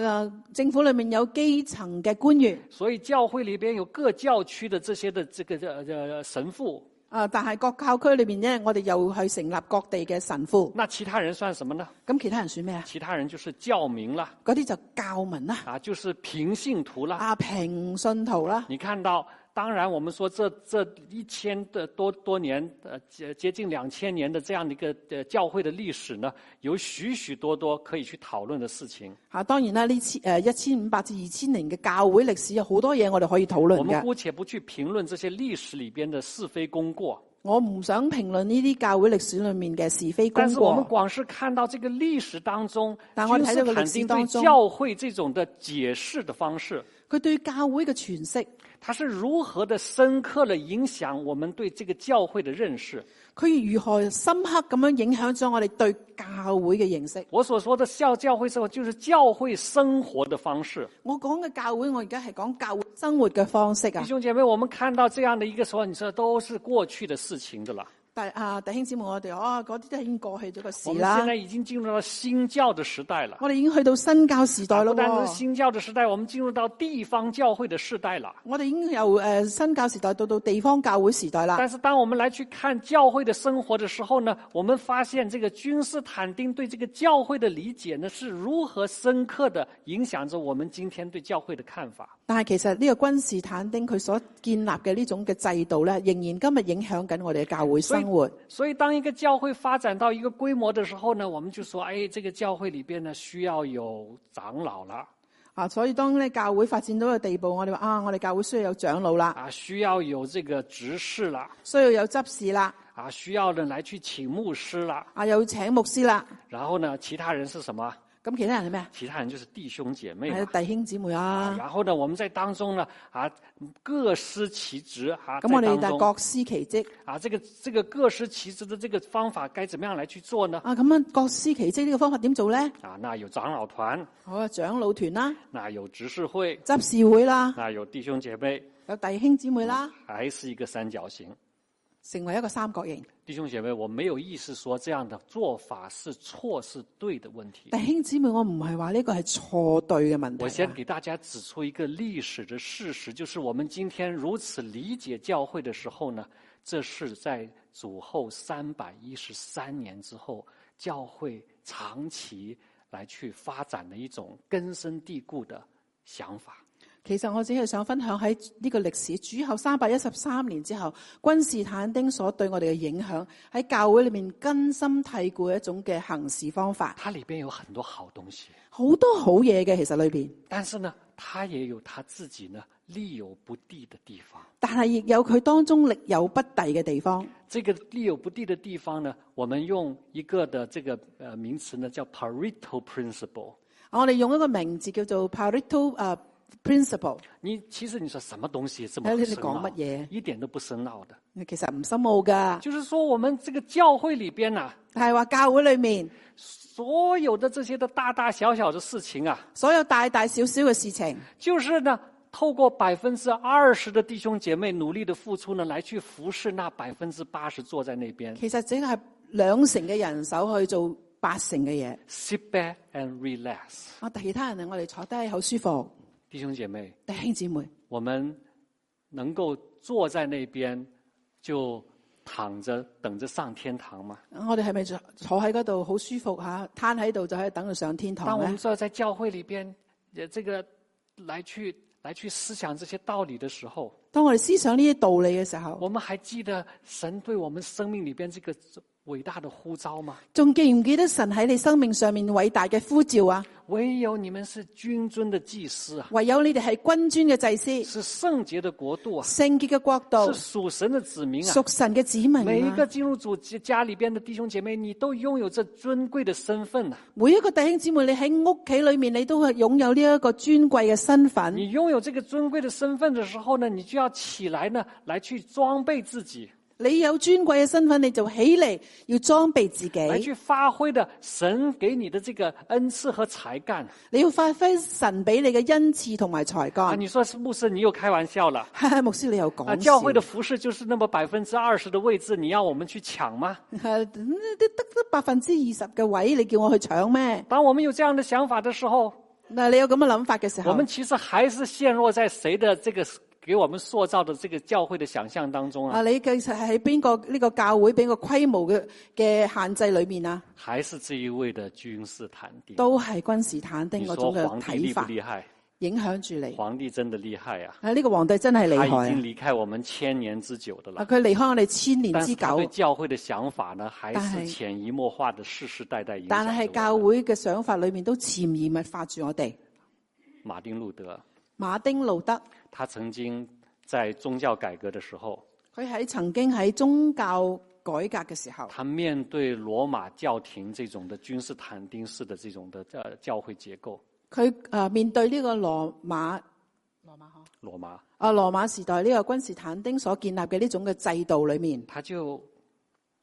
Speaker 2: 政府裏面有基層嘅官員，
Speaker 1: 所以教会里边有各教区的这些的这个这这神父，
Speaker 2: 啊但係各教區裏面咧，我哋又去成立各地嘅神父，
Speaker 1: 那其他人算什么呢？
Speaker 2: 咁其他人算咩啊？
Speaker 1: 其他人就是教民了
Speaker 2: 嗰啲就教民啦，
Speaker 1: 啊，就是平信徒了。
Speaker 2: 啊平信徒啦。
Speaker 1: 你看到，当然我们说这这一千的多多年，呃，接接近两千年的这样的一个呃教会的历史呢，有许许多多可以去討论的事情。
Speaker 2: 嚇、當啊然啦，呢千呃誒一千五百至二千年嘅教會歷史有好多嘢我哋可以討論
Speaker 1: 我们
Speaker 2: 嘅。
Speaker 1: 姑且不去评论这些历史里边的是非功过，
Speaker 2: 我唔想評論呢啲教會歷史裏面嘅是非
Speaker 1: 但
Speaker 2: 功
Speaker 1: 是我们
Speaker 2: 過。
Speaker 1: 光是看到这个历史当中，
Speaker 2: 但我
Speaker 1: 君
Speaker 2: 睇
Speaker 1: 士
Speaker 2: 到個
Speaker 1: 坦
Speaker 2: 歷史
Speaker 1: 丁对
Speaker 2: 當中
Speaker 1: 教会这种的解释的方式，
Speaker 2: 佢對教會嘅詮釋，
Speaker 1: 它是如何的深刻的影响我们对这个教会的认识。
Speaker 2: 佢如何深刻咁樣影響咗我哋對教會嘅認識。
Speaker 1: 我所说的教教会生活，就是教会生活的方式。
Speaker 2: 我講嘅教會，我而家係講教會生活嘅方式
Speaker 1: 弟
Speaker 2: 啊。
Speaker 1: 兄姐妹，我们看到这样的一个时候，你说都是过去的事情的了。
Speaker 2: 但啊，弟兄姊妹，我哋啊，嗰啲都已經過去咗個
Speaker 1: 我
Speaker 2: 時
Speaker 1: 们现
Speaker 2: 啦
Speaker 1: 在。已经進入到新教的时代了。
Speaker 2: 我哋已經去到新教時代
Speaker 1: 不
Speaker 2: 咯
Speaker 1: 但是
Speaker 2: 喎。
Speaker 1: 新教的时代，我们进入到地方教会的时代了。
Speaker 2: 我哋已經由誒、呃新教時代到到地方教會時代啦。
Speaker 1: 但是，当我们来去看教会的生活的时候呢，我们发现这个君士坦丁对这个教会的理解呢，是如何深刻的影响着我们今天对教会的看法。
Speaker 2: 但係其實呢個君士坦丁佢所建立嘅呢種嘅制度咧，仍然今日影響緊我哋嘅教會生活。
Speaker 1: 所以，当一个教会发展到一个规模的时候呢，我们就说，哎，这个教会里边呢，需要有长老了。
Speaker 2: 啊，所以當咧教會發展到一個地步，我哋話啊，我哋教會需要有長老啦，
Speaker 1: 啊，需要有这个执事啦，
Speaker 2: 需要有執事啦，
Speaker 1: 啊，需要呢来去请牧师啦，
Speaker 2: 啊，又要請牧師啦。
Speaker 1: 然后呢，其他人是什么？
Speaker 2: 咁其他人係咩啊？
Speaker 1: 其他人就是弟兄姐妹嘛。
Speaker 2: 係弟兄姊妹
Speaker 1: 啊
Speaker 2: 啊。
Speaker 1: 然后呢，我们在当中呢，啊，各司其职啊，
Speaker 2: 咁我哋
Speaker 1: 在
Speaker 2: 就
Speaker 1: 当中
Speaker 2: 各司其職
Speaker 1: 啊，这个这个各司其职的这个方法该怎么样来去做呢？
Speaker 2: 啊。咁樣各司其職呢個方法點做咧？
Speaker 1: 啊，那有长老团，
Speaker 2: 好啊，長老團啦，
Speaker 1: 那有执事会，
Speaker 2: 執事會啦，
Speaker 1: 那有弟兄姐妹，
Speaker 2: 有弟兄姊妹啦，
Speaker 1: 还是一个三角形。
Speaker 2: 成為一個三角形。
Speaker 1: 弟兄姐妹，我没有意思说这样的做法是错是对的问题。
Speaker 2: 弟兄姊妹，我唔係話呢個係錯對嘅問題
Speaker 1: 我
Speaker 2: 啊。
Speaker 1: 先给大家指出一个历史的事实，就是我们今天如此理解教会的时候呢，这是在主后三百一十三年之后，教会长期来去发展的一种根深蒂固的想法。
Speaker 2: 其實我只係想分享喺呢個歷史主後三百一十三年之後，君士坦丁所對我哋嘅影響，喺教會裏面根深蒂固嘅一種嘅行事方法，
Speaker 1: 它里边有很多好东西，
Speaker 2: 好多好嘢嘅其實裏面，
Speaker 1: 但是呢，它也有它自己呢力有不地的地方。
Speaker 2: 但係亦有佢當中力有不逮嘅地方。
Speaker 1: 这个力有不地的地方呢，我们用一个的这个呃名词呢叫 Pareto principle。
Speaker 2: 我哋用一個名字叫做 Pareto 誒 principle，
Speaker 1: 你其实你说什么东西这么
Speaker 2: 哎
Speaker 1: 深
Speaker 2: 你
Speaker 1: 奥？
Speaker 2: 在讲乜嘢
Speaker 1: 一点都不深奥的。
Speaker 2: 其實唔深奧噶，
Speaker 1: 就是說，我們這個教會里邊呐、
Speaker 2: 但係話教會裏面
Speaker 1: 所有的这些的大大小小的事情啊，
Speaker 2: 所有大大小小嘅事情，
Speaker 1: 就是呢，透过百分之二十的弟兄姐妹努力的付出呢，来去服侍那百分之八十坐在那边
Speaker 2: 其實只係兩成嘅人手去做八成嘅嘢。
Speaker 1: sit back and relax。
Speaker 2: 我其他人啊，我哋坐低好舒服，
Speaker 1: 弟兄姐妹，
Speaker 2: 弟兄姊妹，
Speaker 1: 我們能夠坐在那邊就躺着等着上天堂吗？
Speaker 2: 我哋係咪坐坐喺嗰度好舒服吓，攤喺度就喺度等佢上天
Speaker 1: 当
Speaker 2: 堂
Speaker 1: 我
Speaker 2: 咧
Speaker 1: 们？坐在呃教会里边，也这个来去来去思想这些道理的时候，
Speaker 2: 當我哋思想呢啲道理嘅時候，
Speaker 1: 我们还记得神对我们生命里边这个伟大的呼召吗？
Speaker 2: 仲記唔記得神喺你生命上面偉大嘅呼召啊？
Speaker 1: 唯有你们是君尊的祭司啊，
Speaker 2: 唯有你哋係君尊嘅祭司，
Speaker 1: 是圣洁的国度啊，
Speaker 2: 聖潔嘅國度
Speaker 1: 是，属神的子民啊。
Speaker 2: 屬神嘅子民
Speaker 1: 每一
Speaker 2: 啊
Speaker 1: 个！进入主家家里边的弟兄姐妹，你都拥有这尊贵的身份啊呐、
Speaker 2: 每一個弟兄姊妹，你喺屋企裏面，你都係擁有呢一個尊貴嘅身份。
Speaker 1: 你拥有这个尊贵的身份的时候呢，你就要起来呢，来去装备自己，
Speaker 2: 你有尊貴嘅身份，你就起嚟要裝備自
Speaker 1: 来
Speaker 2: 己，
Speaker 1: 去发挥的神给你的这个恩赐和才干
Speaker 2: 你要發揮神俾你嘅恩賜同埋才
Speaker 1: 啊！
Speaker 2: 幹。
Speaker 1: 你说是牧师，你又开玩笑了。
Speaker 2: 牧師，你又
Speaker 1: 啊，
Speaker 2: 講
Speaker 1: 教会
Speaker 2: 笑
Speaker 1: 的服饰就是那么百分之二十的位置，你让我们去抢吗？
Speaker 2: 係咁你啊得得百分之二十嘅位，你叫我去搶咩？
Speaker 1: 当我们有这样的想法的时候，
Speaker 2: 嗱，你有咁嘅諗法嘅時
Speaker 1: 我
Speaker 2: 候
Speaker 1: 们，其实还是陷落在谁的这个给我们塑造的这个教会的想象当中啊，
Speaker 2: 啊，你其實係喺邊個呢個教會邊個規模嘅嘅限制裏面啊？
Speaker 1: 还是这一位的君士坦丁。
Speaker 2: 都係君士坦丁
Speaker 1: 你说
Speaker 2: 嗰種
Speaker 1: 皇
Speaker 2: 嘅
Speaker 1: 帝厉
Speaker 2: 睇
Speaker 1: 不
Speaker 2: 法
Speaker 1: 厉害？
Speaker 2: 影響住你。
Speaker 1: 皇帝真的厉害啊！
Speaker 2: 啊，呢個皇帝真係
Speaker 1: 他
Speaker 2: 厲
Speaker 1: 已
Speaker 2: 害
Speaker 1: 经离开我们千年之久的
Speaker 2: 啊！
Speaker 1: 了，
Speaker 2: 佢離開我哋千年
Speaker 1: 但
Speaker 2: 之
Speaker 1: 是他对
Speaker 2: 久，
Speaker 1: 教会的想法呢，还是
Speaker 2: 但是
Speaker 1: 潜移默化的世世代代影响着
Speaker 2: 但
Speaker 1: 我们。
Speaker 2: 係教會嘅想法裏面都潛移默化住我哋。
Speaker 1: 马丁路德，
Speaker 2: 馬丁路德
Speaker 1: 他曾经在宗教改革的时候，
Speaker 2: 佢喺曾經喺宗教改革嘅時候，
Speaker 1: 他面对罗马教廷这种的君士坦丁式的这种的呃教会结构，
Speaker 2: 佢啊面對呢個羅馬羅馬嗬
Speaker 1: 罗马
Speaker 2: 啊羅馬時代呢個君士坦丁所建立嘅呢種嘅制度裏面，
Speaker 1: 他就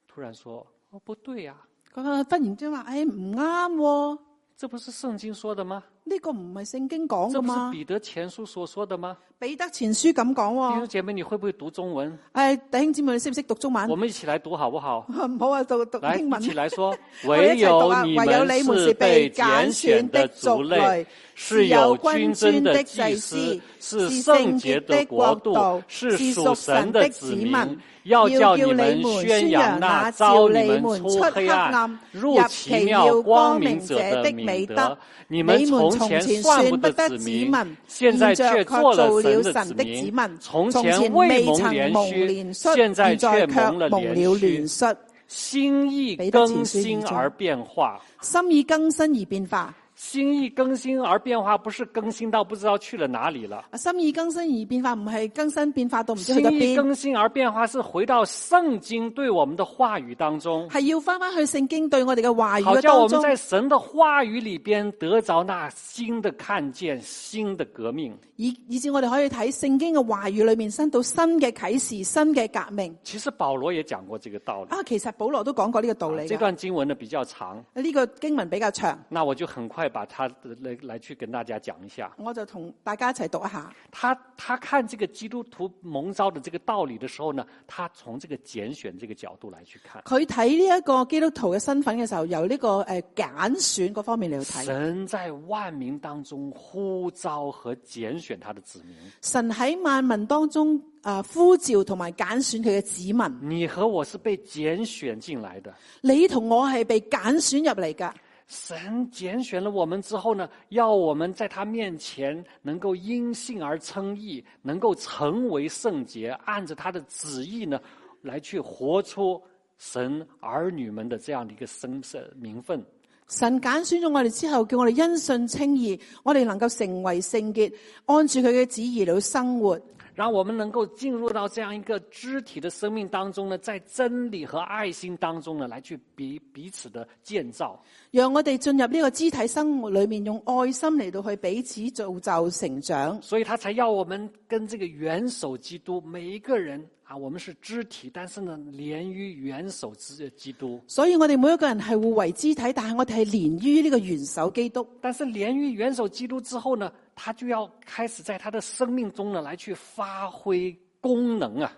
Speaker 1: 突然说：“哦，不對呀、
Speaker 2: 佢話忽然之間話：，誒唔啱喎，
Speaker 1: 这不是聖經說的嗎？
Speaker 2: 呢個唔係聖經講
Speaker 1: 这
Speaker 2: 噶
Speaker 1: 不是
Speaker 2: 嘛？
Speaker 1: 彼得前书所说的吗？”
Speaker 2: 彼得前書咁講
Speaker 1: 弟
Speaker 2: 喎
Speaker 1: 兄。姐妹，你会不会讀中文？
Speaker 2: 誒弟兄姊妹，你識唔識讀中文？
Speaker 1: 我们一起来讀好不好？
Speaker 2: 唔好啊，讀讀
Speaker 1: 来，
Speaker 2: 英文：
Speaker 1: 一。起来说
Speaker 2: 我
Speaker 1: 唯
Speaker 2: 一起讀啊
Speaker 1: 你
Speaker 2: 唯有你
Speaker 1: 们
Speaker 2: 们
Speaker 1: 是
Speaker 2: 是被
Speaker 1: 拣
Speaker 2: 拣
Speaker 1: 选
Speaker 2: 选
Speaker 1: 的
Speaker 2: 的
Speaker 1: 族
Speaker 2: 族
Speaker 1: 类
Speaker 2: 类，
Speaker 1: 是
Speaker 2: 是
Speaker 1: 有
Speaker 2: 有
Speaker 1: 君
Speaker 2: 君
Speaker 1: 尊
Speaker 2: 尊
Speaker 1: 的
Speaker 2: 的
Speaker 1: 祭
Speaker 2: 祭
Speaker 1: 司
Speaker 2: 司，
Speaker 1: 是
Speaker 2: 是
Speaker 1: 圣
Speaker 2: 圣
Speaker 1: 洁
Speaker 2: 洁
Speaker 1: 的
Speaker 2: 的
Speaker 1: 国
Speaker 2: 国
Speaker 1: 度
Speaker 2: 度，
Speaker 1: 是
Speaker 2: 是
Speaker 1: 属
Speaker 2: 属
Speaker 1: 神
Speaker 2: 神
Speaker 1: 的
Speaker 2: 的
Speaker 1: 子
Speaker 2: 子
Speaker 1: 民
Speaker 2: 民。
Speaker 1: 要叫
Speaker 2: 要
Speaker 1: 你
Speaker 2: 叫
Speaker 1: 们
Speaker 2: 你们
Speaker 1: 宣
Speaker 2: 宣
Speaker 1: 扬
Speaker 2: 扬
Speaker 1: 那
Speaker 2: 那
Speaker 1: 招
Speaker 2: 招
Speaker 1: 你
Speaker 2: 你
Speaker 1: 们
Speaker 2: 们
Speaker 1: 出
Speaker 2: 出
Speaker 1: 黑
Speaker 2: 黑
Speaker 1: 暗
Speaker 2: 暗、
Speaker 1: 入
Speaker 2: 入
Speaker 1: 奇
Speaker 2: 奇
Speaker 1: 妙
Speaker 2: 妙
Speaker 1: 光
Speaker 2: 光
Speaker 1: 明
Speaker 2: 明
Speaker 1: 者
Speaker 2: 者
Speaker 1: 的
Speaker 2: 的
Speaker 1: 美
Speaker 2: 美
Speaker 1: 德
Speaker 2: 德。
Speaker 1: 你
Speaker 2: 你们
Speaker 1: 从
Speaker 2: 从
Speaker 1: 前
Speaker 2: 前
Speaker 1: 算
Speaker 2: 算
Speaker 1: 不
Speaker 2: 不
Speaker 1: 得
Speaker 2: 得
Speaker 1: 子
Speaker 2: 子
Speaker 1: 民
Speaker 2: 民，
Speaker 1: 现在
Speaker 2: 现在
Speaker 1: 却
Speaker 2: 却
Speaker 1: 做了
Speaker 2: 做
Speaker 1: 神
Speaker 2: 了
Speaker 1: 的
Speaker 2: 神
Speaker 1: 子
Speaker 2: 的子
Speaker 1: 民
Speaker 2: 民。
Speaker 1: 从
Speaker 2: 从
Speaker 1: 前
Speaker 2: 前
Speaker 1: 未
Speaker 2: 未
Speaker 1: 蒙
Speaker 2: 曾
Speaker 1: 连
Speaker 2: 蒙
Speaker 1: 续，
Speaker 2: 怜恤
Speaker 1: 现在却
Speaker 2: 现在
Speaker 1: 蒙了
Speaker 2: 却蒙了
Speaker 1: 连续
Speaker 2: 怜。恤，
Speaker 1: 心意
Speaker 2: 彼得
Speaker 1: 更
Speaker 2: 前书二
Speaker 1: 新
Speaker 2: 章
Speaker 1: 而变化，
Speaker 2: 心意更新而變化。
Speaker 1: 心意更新而变化，不是更新到不知道去了哪里了。
Speaker 2: 啊心意更新而變化，唔係更新變化到唔知去
Speaker 1: 心
Speaker 2: 到
Speaker 1: 意
Speaker 2: 邊，
Speaker 1: 更新而变化是回到圣经对我们的话语当中，
Speaker 2: 係要翻翻去聖經對我哋嘅話語
Speaker 1: 好
Speaker 2: 嘅
Speaker 1: 叫我们
Speaker 2: 當啊中。
Speaker 1: 在神的话语里边得着那新的看见、新的革命。
Speaker 2: 以以至我哋可以睇聖經嘅話語裏面，新到新嘅啟示、新嘅革命。
Speaker 1: 其实保罗也讲过这个道理。
Speaker 2: 啊，其實保羅都講過呢個道理
Speaker 1: 这
Speaker 2: 㗎。
Speaker 1: 段经文呢比较长，
Speaker 2: 呢個經文比較長，
Speaker 1: 那我就很快把它呃来来去跟大家讲一下。
Speaker 2: 我就同大家一齊讀一下。
Speaker 1: 他他看这个基督徒蒙召的这个道理的时候呢，他从这个拣选这个角度来去看。
Speaker 2: 佢睇呢一個基督徒嘅身份嘅時候，由呢、個诶拣、揀選嗰方面嚟去睇。
Speaker 1: 神在万民当中呼召和拣选他的子民，
Speaker 2: 神喺萬民當中啊、呼召同埋揀選佢嘅子民。
Speaker 1: 你和我是被拣选进来的。
Speaker 2: 你同我係被揀選入嚟㗎。
Speaker 1: 神拣选了我们之后呢，要我们在他面前能够因信而称义，能够成为圣洁，按着他的旨意呢，来去活出神儿女们的这样的一个身身名分。
Speaker 2: 神揀選咗我哋之後，叫我哋因信稱義，我哋能夠成為聖潔，按住佢嘅旨意嚟到生活。
Speaker 1: 让我们能够进入到这样一个肢体的生命当中呢，在真理和爱心当中呢，来去彼彼此的建造。
Speaker 2: 让我哋进入呢个肢体生活里面，用爱心嚟到去彼此造就成长。
Speaker 1: 所以他才要我们跟这个元首基督每一个人啊，我们是肢体，但是呢，连于元首之呃基督。
Speaker 2: 所以我哋每一个人系互为肢体，但系我哋系连于呢个元首基督。
Speaker 1: 但是连于元首基督之后呢，他就要开始在他的生命中呢来去发挥功能啊。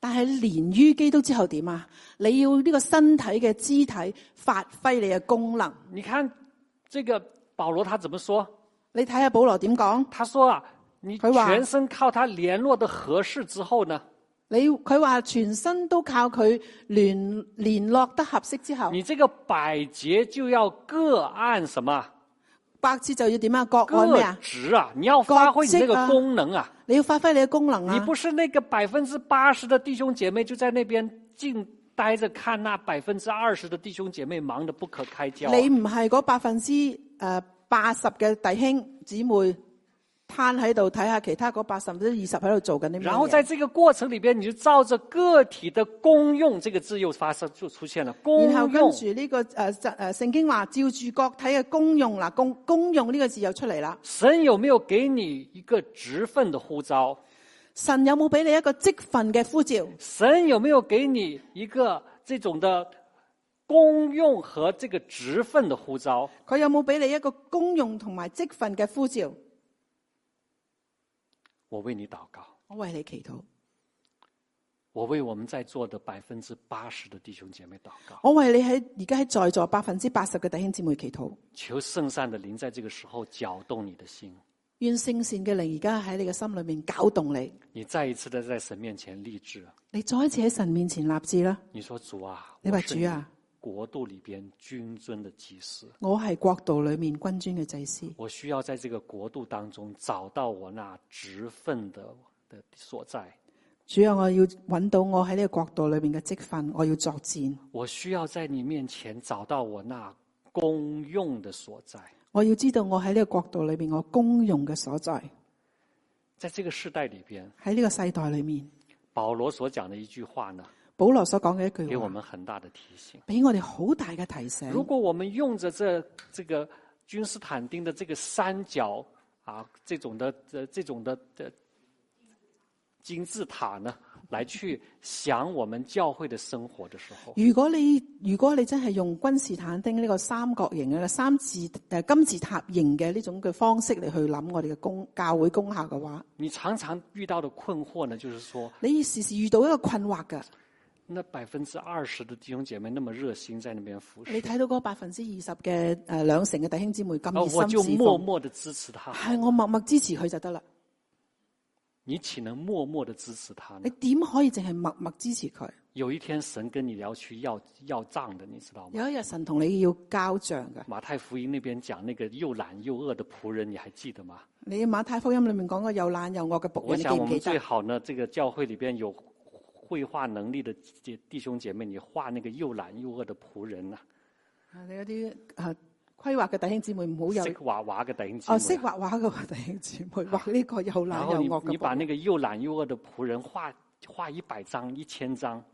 Speaker 2: 但系连于基督之后点啊？你要呢个身体嘅肢体发挥你嘅功能。
Speaker 1: 你看这个保罗他怎么说？
Speaker 2: 你睇下保罗点讲？
Speaker 1: 他说啊，你
Speaker 2: 回话
Speaker 1: 全身靠他联络的合适之后呢，
Speaker 2: 你佢话全身都靠佢联联络得合适之后，
Speaker 1: 你这个百节就要各按什么？啊
Speaker 2: 百節就要點啊？各按咩
Speaker 1: 各
Speaker 2: 啊？
Speaker 1: 职啊，你要发挥你那
Speaker 2: 各职
Speaker 1: 个
Speaker 2: 啊
Speaker 1: 功能啊，
Speaker 2: 你要發揮你嘅功能
Speaker 1: 你
Speaker 2: 啊！
Speaker 1: 不是那个百分之八十的弟兄姐妹就在那边静待着看那百分之二十的弟兄姐妹忙得不可开交啊、
Speaker 2: 你唔係嗰百分之诶八十嘅弟兄姊妹攤喺度睇下其他嗰八十分之二十喺度做緊啲咩
Speaker 1: 然后
Speaker 2: 嘢？
Speaker 1: 在这个过程里边，你就照着个体的功用这个字又发生就出现了功
Speaker 2: 然後跟
Speaker 1: 用。
Speaker 2: 住呢、個呃个诶诶圣经話照住各體嘅功用嗱，功功用呢個字又出嚟啦。
Speaker 1: 神有没有给你一个职分的呼召？
Speaker 2: 神有冇俾你一個職份嘅呼召？
Speaker 1: 神有没有给你一个这种的功用和这个职分的呼召？
Speaker 2: 佢有冇俾你一個功用同埋職份嘅呼召？
Speaker 1: 我为你祷告，
Speaker 2: 我為你祈禱，
Speaker 1: 我为我们在座的百分之八十的弟兄姐妹祷告，
Speaker 2: 我為你喺而家喺在座百分之八十嘅弟兄姊妹祈禱。
Speaker 1: 求圣善的灵在这个时候搅动你的心，
Speaker 2: 願聖善嘅靈而家喺你嘅心裏面搞動你，
Speaker 1: 你再一次的在神面前立志，
Speaker 2: 你再一次喺神面前立志啦！
Speaker 1: 你说主啊，
Speaker 2: 你
Speaker 1: 我
Speaker 2: 話
Speaker 1: 是
Speaker 2: 主啊，
Speaker 1: 国度里边君尊的祭司，
Speaker 2: 我係國度裏面君尊嘅祭司，
Speaker 1: 我需要在这个国度当中找到我那职分的的所在。
Speaker 2: 主啊，我要揾到我喺呢個國度裏面嘅職份，我要作戰，
Speaker 1: 我需要在你面前找到我那公用的所在。
Speaker 2: 我要知道我喺呢個國度裏面我功用嘅所在。
Speaker 1: 在这个世代里边，
Speaker 2: 喺呢個世代裏面，
Speaker 1: 保罗所讲的一句话呢，
Speaker 2: 保羅所講嘅一
Speaker 1: 给
Speaker 2: 句
Speaker 1: 我
Speaker 2: 話，
Speaker 1: 们很大的提醒。
Speaker 2: 俾我哋好大嘅提醒。
Speaker 1: 如果我们用着这这个君士坦丁的这个三角啊，这种的这这种的的金字塔呢，来去想我们教会的生活的时候，
Speaker 2: 如果你如果你真係用君士坦丁呢個三角形嘅三字誒金字塔形嘅呢種嘅方式嚟去諗我哋嘅公教會功效嘅話，
Speaker 1: 你常常遇到的困惑呢，就是说，
Speaker 2: 你時時遇到一個困惑㗎。
Speaker 1: 那百分之二十的弟兄姐妹那么熱心在那边服侍
Speaker 2: 你，睇到嗰百分之二十嘅誒兩成嘅弟兄姊妹咁
Speaker 1: 而哦我
Speaker 2: 熱
Speaker 1: 就
Speaker 2: 心侍
Speaker 1: 默
Speaker 2: 奉，
Speaker 1: 默的支持他，
Speaker 2: 係我默默支持佢就得啦。
Speaker 1: 你岂能默默的支持他
Speaker 2: 你
Speaker 1: 呢？
Speaker 2: 點可以淨係默默支持佢？
Speaker 1: 有一天神跟你聊去要要账的，你知道吗？
Speaker 2: 有一日神同你要交帳㗎。
Speaker 1: 马太福音那边讲那个又懒又饿的仆人，你还记得吗？
Speaker 2: 你馬太福音裏面講過又懶又惡嘅仆
Speaker 1: 我
Speaker 2: 人，哦你記
Speaker 1: 想我
Speaker 2: 唔記
Speaker 1: 们最
Speaker 2: 得？
Speaker 1: 好呢，这个教会里边有绘画能力的弟弟兄姐妹，你画那个又懒又饿的仆人呐、
Speaker 2: 啊你嗰啲誒規劃嘅弟兄姊妹唔好有
Speaker 1: 识娃娃嘅弟兄
Speaker 2: 哦，
Speaker 1: 姐
Speaker 2: 識
Speaker 1: 妹啊。
Speaker 2: 畫畫嘅弟兄姊妹，畫呢個又
Speaker 1: 然
Speaker 2: 懶
Speaker 1: 后
Speaker 2: 又
Speaker 1: 你
Speaker 2: 惡
Speaker 1: 你
Speaker 2: 嘅
Speaker 1: 把
Speaker 2: 仆
Speaker 1: 那个又懒又饿的仆人画画一百张、一千张，
Speaker 2: 人。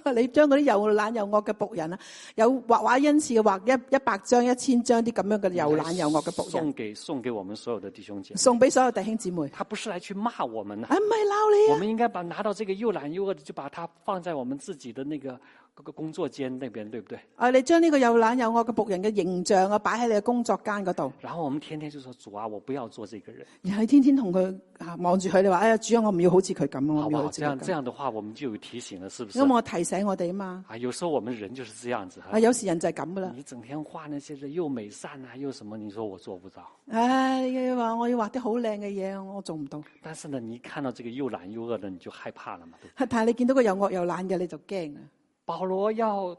Speaker 2: 你將嗰啲又懶又惡嘅仆人啊，有畫畫恩賜嘅畫一一百張、一千張啲咁樣嘅又懶又惡嘅仆人，
Speaker 1: 送给送给我们所有的弟兄姐妹。
Speaker 2: 送俾所有弟兄姊妹。
Speaker 1: 他不是来去骂我们呢、
Speaker 2: 啊，唔係鬧你
Speaker 1: 我
Speaker 2: 啊！
Speaker 1: 们应该把拿到这个又懒又饿的，就把它放在我们自己的那个那个工作间那边，对不对？
Speaker 2: 啊，你將呢個又懶又惡嘅仆人嘅形象啊，擺喺你嘅工作間嗰度，
Speaker 1: 然后我們天天就说主啊，我不要做這個人，
Speaker 2: 然後你天天同佢啊望住佢，你話：哎呀，主啊，我唔要好似佢咁啊，我
Speaker 1: 好
Speaker 2: 唔
Speaker 1: 不
Speaker 2: 要
Speaker 1: 好？
Speaker 2: 好似
Speaker 1: 这樣
Speaker 2: 佢
Speaker 1: 这
Speaker 2: 咁。
Speaker 1: 樣的話，我們就有提醒了，是不是？
Speaker 2: 咁我提醒我哋啊嘛，
Speaker 1: 啊，有時候我們人就是這樣子哈
Speaker 2: 啊，。有時人就係咁噶啦。
Speaker 1: 你整天畫那些的又美善啊，又什麼？你說我做不到，
Speaker 2: 唉，你話我要畫啲好靚嘅嘢，我做唔到。
Speaker 1: 但是呢，你一看到這個又懶又惡的，你就害怕了嘛，對不對？
Speaker 2: 但係你見到個又惡又懶嘅，你就驚啊！
Speaker 1: 保羅要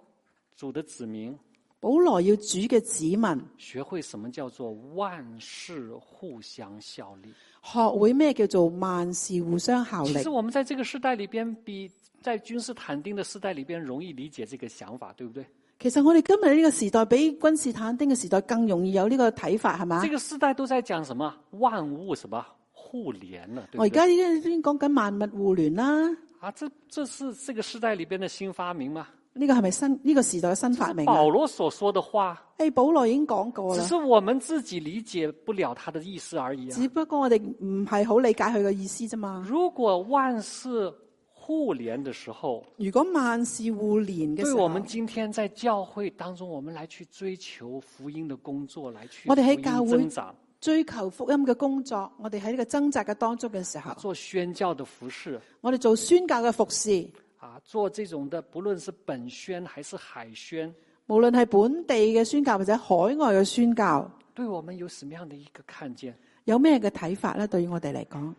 Speaker 1: 主的子民
Speaker 2: 保羅要主嘅子民
Speaker 1: 學會什麼叫做萬事互相效力。
Speaker 2: 學會咩叫做萬事互相效
Speaker 1: 其
Speaker 2: 力
Speaker 1: 實。我們在這個時代裏邊，比在君士坦丁的時代裏邊容易理解這個想法，對不對？
Speaker 2: 其實我哋今日呢個時代比君士坦丁嘅時代更容易有呢個睇法，係嘛
Speaker 1: 这？个时代都在讲什么万物什么互联了，对
Speaker 2: 我
Speaker 1: 不对？
Speaker 2: 而家已經講緊萬物互聯啦，呢、
Speaker 1: 啊，这这是这个时代里边的新發明吗？
Speaker 2: 個係咪新呢、個時代嘅新發明啊？
Speaker 1: 保罗所说的话，
Speaker 2: 誒、保羅已經講過
Speaker 1: 只
Speaker 2: 啦，
Speaker 1: 是我們自己理解不了他的意思而已啊。
Speaker 2: 只不過我哋唔係好理解佢嘅意思啫嘛。
Speaker 1: 如果万事互联的时候，
Speaker 2: 如果萬事互聯嘅
Speaker 1: 对
Speaker 2: 時
Speaker 1: 我
Speaker 2: 候，
Speaker 1: 们今天在教会当中，我们来去追求福音的工作，来去
Speaker 2: 我哋喺
Speaker 1: 福音
Speaker 2: 教會
Speaker 1: 增长，
Speaker 2: 追求福音嘅工作，我哋喺呢個掙扎嘅當中嘅時候，
Speaker 1: 做宣教的服饰
Speaker 2: 我哋做宣教嘅服侍，
Speaker 1: 啊，做这种的，不论是本宣还是海宣，
Speaker 2: 無論係本地嘅宣教或者海外嘅宣教。
Speaker 1: 对我们有什么样的一个看见？
Speaker 2: 有咩嘅睇法咧？對於我哋嚟講，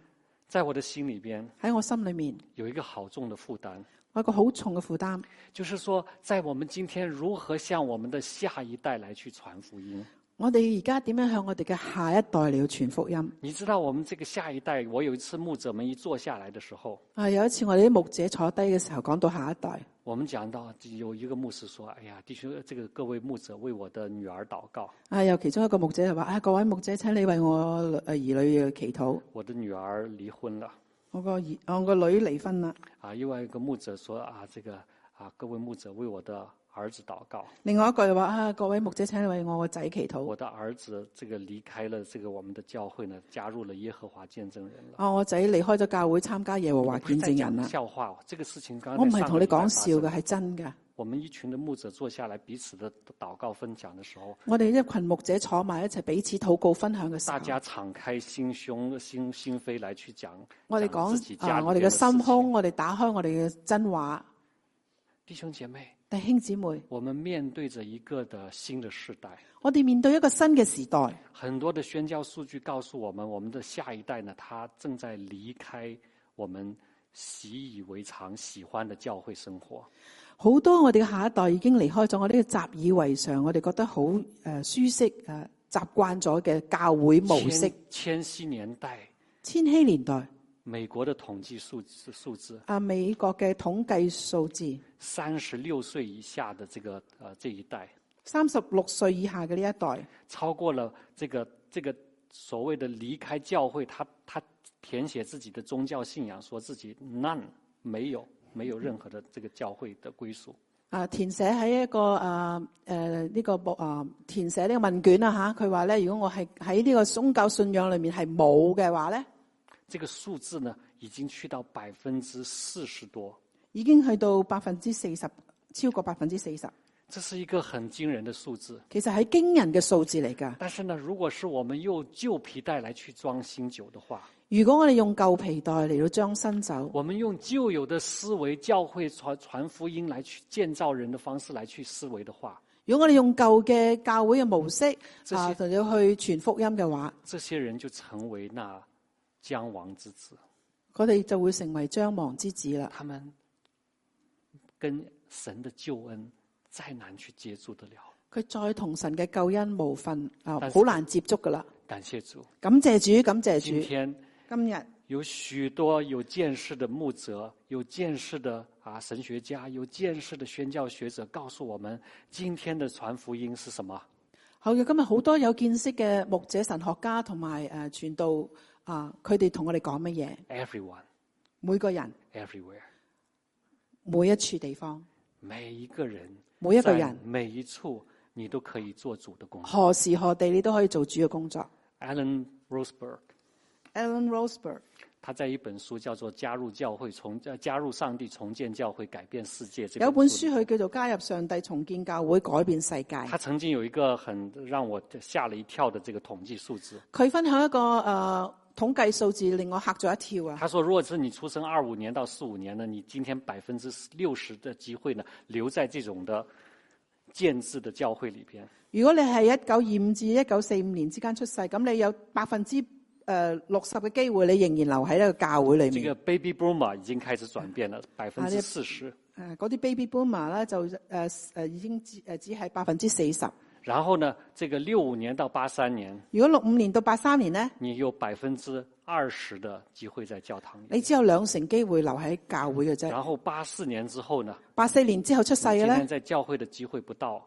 Speaker 1: 在我的心里边
Speaker 2: 喺我心裏面，
Speaker 1: 有一个好重的负担，
Speaker 2: 我有一個好重嘅負擔，
Speaker 1: 就是说，在我们今天如何向我们的下一代来去传福音。
Speaker 2: 我哋而家點樣向我哋嘅下一代嚟到傳福音？
Speaker 1: 你知道我们这个下一代，我有一次牧者们一坐下来的时候，
Speaker 2: 啊，有一次我哋啲牧者坐低嘅時候，講到下一代，
Speaker 1: 我们讲到有一个牧师说：“哎呀，弟兄，这个各位牧者为我的女儿祷告，
Speaker 2: 啊，有其中一個牧者就話：啊，各位牧者，請你為我誒兒女嘅祈禱。
Speaker 1: 我的女儿离婚了
Speaker 2: 我個兒，我個女離婚啦。
Speaker 1: 啊。”另外一个牧者说：“啊，这个啊，各位牧者为我的儿子祷告，
Speaker 2: 另外一個就話：啊，各位牧者，請你為我個仔祈禱。
Speaker 1: 我的儿子这个离开了这个我们的教会呢，加入了耶和华见证人了。”
Speaker 2: 啊，我仔離開咗教會，參加耶和華
Speaker 1: 我不是
Speaker 2: 見
Speaker 1: 在
Speaker 2: 證
Speaker 1: 讲
Speaker 2: 人啦。
Speaker 1: 笑话，这个事情刚
Speaker 2: 我
Speaker 1: 才
Speaker 2: 唔
Speaker 1: 上
Speaker 2: 係
Speaker 1: 个
Speaker 2: 同你
Speaker 1: 礼拜
Speaker 2: 講
Speaker 1: 发
Speaker 2: 笑
Speaker 1: 生
Speaker 2: 嘅，係真嘅。
Speaker 1: 我们一群的牧者坐下来彼此的祷告分享的时候，
Speaker 2: 我哋一群牧者坐埋一齊，彼此禱告分享嘅時
Speaker 1: 大
Speaker 2: 候，
Speaker 1: 家敞开心胸、心心扉来去讲，
Speaker 2: 我哋
Speaker 1: 讲自己
Speaker 2: 講
Speaker 1: 家
Speaker 2: 啊，
Speaker 1: 里
Speaker 2: 我哋
Speaker 1: 边的
Speaker 2: 嘅
Speaker 1: 事
Speaker 2: 心
Speaker 1: 情
Speaker 2: 胸，我哋打開我哋嘅真話。
Speaker 1: 弟兄姐妹，
Speaker 2: 弟兄姊妹，
Speaker 1: 我们面对着一个的新的时代，
Speaker 2: 我哋面對一個新嘅時代。
Speaker 1: 很多的宣教数据告诉我们，我们的下一代呢，他正在离开我们习以为常、喜欢的教会生活。
Speaker 2: 好多我哋嘅下一代已經離開咗我呢個習以為常，我哋覺得好誒、呃舒適誒習慣咗嘅教會模式。
Speaker 1: 千千禧年代，
Speaker 2: 千禧年代
Speaker 1: 美国的统计数字数字，
Speaker 2: 啊，美國嘅統計數字，
Speaker 1: 三十六岁以下的这个呃这一代，
Speaker 2: 三十六歲以下嘅呢一代，
Speaker 1: 超过了这个这个所谓的离开教会，他他填写自己的宗教信仰，说自己 none 没有没有任何的这个教会的归属。
Speaker 2: 啊，填寫喺一個啊誒呢個報啊填寫呢個問卷啊嚇，佢話咧，如果我係喺呢個宗教信仰裏面係冇嘅話咧，
Speaker 1: 这个数字呢，已经去到百分之四十多，
Speaker 2: 已經去到百分之四十，超過百分之四十，
Speaker 1: 这是一个很驚人的数字。
Speaker 2: 其實係驚人嘅數字嚟㗎。
Speaker 1: 但是呢，如果是我们用旧皮带来去装新酒的话，
Speaker 2: 如果我哋用舊皮袋嚟到裝新酒。
Speaker 1: 我们用旧有的思维、教会传传福音来去建造人的方式来去思维的话，
Speaker 2: 如果我哋用舊嘅教會嘅模式
Speaker 1: 這些
Speaker 2: 啊，就要去傳福音嘅話，
Speaker 1: 这些人就成为那将亡之子。
Speaker 2: 佢哋就會成為將亡之子啦。
Speaker 1: 他们跟神的救恩再难去接触得了。
Speaker 2: 佢再同神嘅救恩無份啊，
Speaker 1: 但是
Speaker 2: 好難接觸噶啦。
Speaker 1: 感谢主，
Speaker 2: 感謝主，感謝
Speaker 1: 今
Speaker 2: 主。
Speaker 1: 天
Speaker 2: 今日
Speaker 1: 有许多有见识的牧者、有见识的啊神学家、有见识的宣教学者告诉我们，今天的传福音是什么？
Speaker 2: 好嘅，今日好多有見識嘅牧者、神學家同埋誒傳道啊，佢哋同我哋講乜嘢？
Speaker 1: Everyone,
Speaker 2: 每個人、
Speaker 1: everywhere，
Speaker 2: 每一處地方、
Speaker 1: 每一个人，
Speaker 2: 每一個
Speaker 1: 在
Speaker 2: 人，
Speaker 1: 每一处，你都可以做主的工作。
Speaker 2: 何時何地，你都可以做主嘅工作。
Speaker 1: Alan Roseberg，
Speaker 2: Alan Roseberg
Speaker 1: 他在一本书叫做《加入教会重呃加入上帝重建教会改变世界》这
Speaker 2: 有本
Speaker 1: 书
Speaker 2: 書佢叫做《加入上帝重建教會，改變世界》。
Speaker 1: 他曾经有一个很让我吓了一跳的这个统计数字，
Speaker 2: 佢分享一個誒、呃、統計數字，令我嚇咗一跳啊！
Speaker 1: 他说，如果是你出生二五年到四五年呢，你今天百分之六十的机会呢，留在这种的建制的教会里边。
Speaker 2: 如果你係一九二五至一九四五年之間出世，咁你有百分之誒六十嘅機會，你仍然留喺呢個教會裏
Speaker 1: 这个
Speaker 2: 面。
Speaker 1: baby boomer 已经开始转变了，百分之四十。
Speaker 2: 誒呃嗰啲 baby boomer 咧就誒誒、呃已經只誒只係百分之四十。
Speaker 1: 然后呢，这个六五年到八三年，
Speaker 2: 如果六五年到八三年呢，
Speaker 1: 你有百分之二十的机会在教堂里。
Speaker 2: 你只有兩成機會留喺教會嘅啫。
Speaker 1: 然后八四年之后呢，
Speaker 2: 八四年之後出世
Speaker 1: 今
Speaker 2: 嘅
Speaker 1: 天
Speaker 2: 咧，
Speaker 1: 在教会的机会不到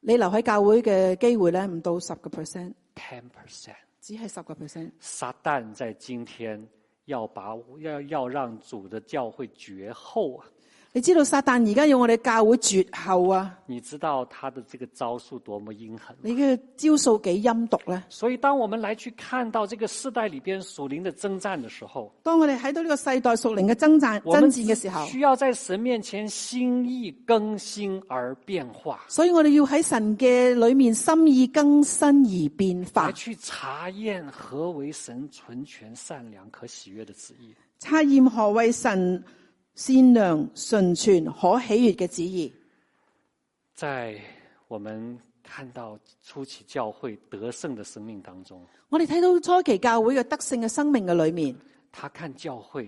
Speaker 2: 你留喺教會嘅機會咧唔到十個 percent，
Speaker 1: ten percent。
Speaker 2: 只係十個 percent。
Speaker 1: 撒旦在今天要把要要让主的教会绝后啊！
Speaker 2: 你知道撒旦而家要我哋教會絕後啊！
Speaker 1: 你知道他的这个招数多么阴狠。
Speaker 2: 你嘅招數幾陰毒咧？
Speaker 1: 所以，当我们来去看到这个世代里边属灵的征战的时候，
Speaker 2: 當我哋喺到呢個世代屬靈嘅爭戰
Speaker 1: 我们
Speaker 2: 爭戰嘅時候，
Speaker 1: 需要在神面前心意更新而变化，
Speaker 2: 所以我哋要喺神嘅裏面心意更新而變
Speaker 1: 来
Speaker 2: 化，
Speaker 1: 去查验何为神纯全、善良、可喜悦的旨意。
Speaker 2: 測驗何為神善良、純全、可喜悦嘅旨意。
Speaker 1: 在我们看到初期教会得胜的生命当中，
Speaker 2: 我哋睇到初期教會嘅德性嘅生命嘅裏面，
Speaker 1: 他看教会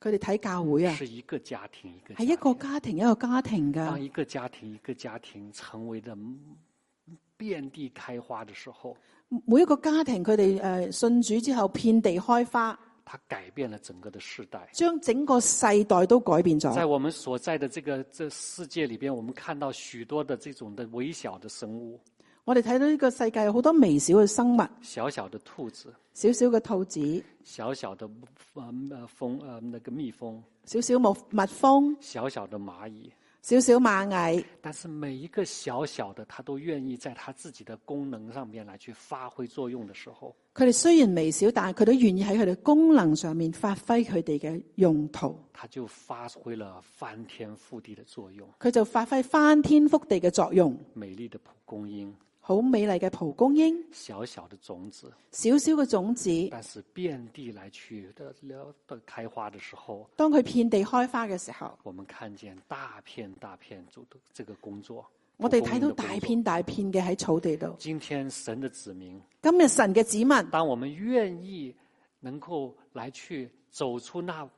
Speaker 2: 佢哋睇教會啊，
Speaker 1: 是一个家庭一个家啊
Speaker 2: 係
Speaker 1: 庭
Speaker 2: 一個家庭一個家庭
Speaker 1: 当
Speaker 2: 㗎。
Speaker 1: 一个家庭一个家庭成为了遍地开花的时候，
Speaker 2: 每一個家庭佢哋誒信主之後，遍地開花，
Speaker 1: 它改变了整个的世代。
Speaker 2: 將整個世代都改變咗。
Speaker 1: 在我们所在的这个这世界里边，我们看到许多的这种的微小的生物，
Speaker 2: 我哋睇到呢個世界有好多微小嘅生物，
Speaker 1: 小小的兔子，
Speaker 2: 小小嘅兔子，
Speaker 1: 小小的呃呃蜂呃那个蜜蜂，
Speaker 2: 小小蜜蜜蜂，
Speaker 1: 小小的蚂蚁，
Speaker 2: 小小螞蟻。
Speaker 1: 但是每一个小小的，它都愿意在它自己的功能上面来去发挥作用的时候，
Speaker 2: 佢哋雖然微小，但係佢都願意喺佢哋功能上面發揮佢哋嘅用途，
Speaker 1: 它就发挥了翻天覆地的作用。
Speaker 2: 佢就發揮翻天覆地嘅作用。
Speaker 1: 美丽的蒲公英，
Speaker 2: 好美麗嘅蒲公英，
Speaker 1: 小小的种子，
Speaker 2: 小小嘅種子，
Speaker 1: 但是遍地来去的了的开花的时候，
Speaker 2: 當佢遍地開花嘅時候，
Speaker 1: 我们看见大片大片做的这个工作。
Speaker 2: 我哋
Speaker 1: 蒲公
Speaker 2: 睇
Speaker 1: 英
Speaker 2: 到
Speaker 1: 的工
Speaker 2: 大
Speaker 1: 作。
Speaker 2: 片大片嘅喺草地度。
Speaker 1: 今天神的子民，
Speaker 2: 今日神嘅子民。
Speaker 1: 当我们愿意能够来去走出那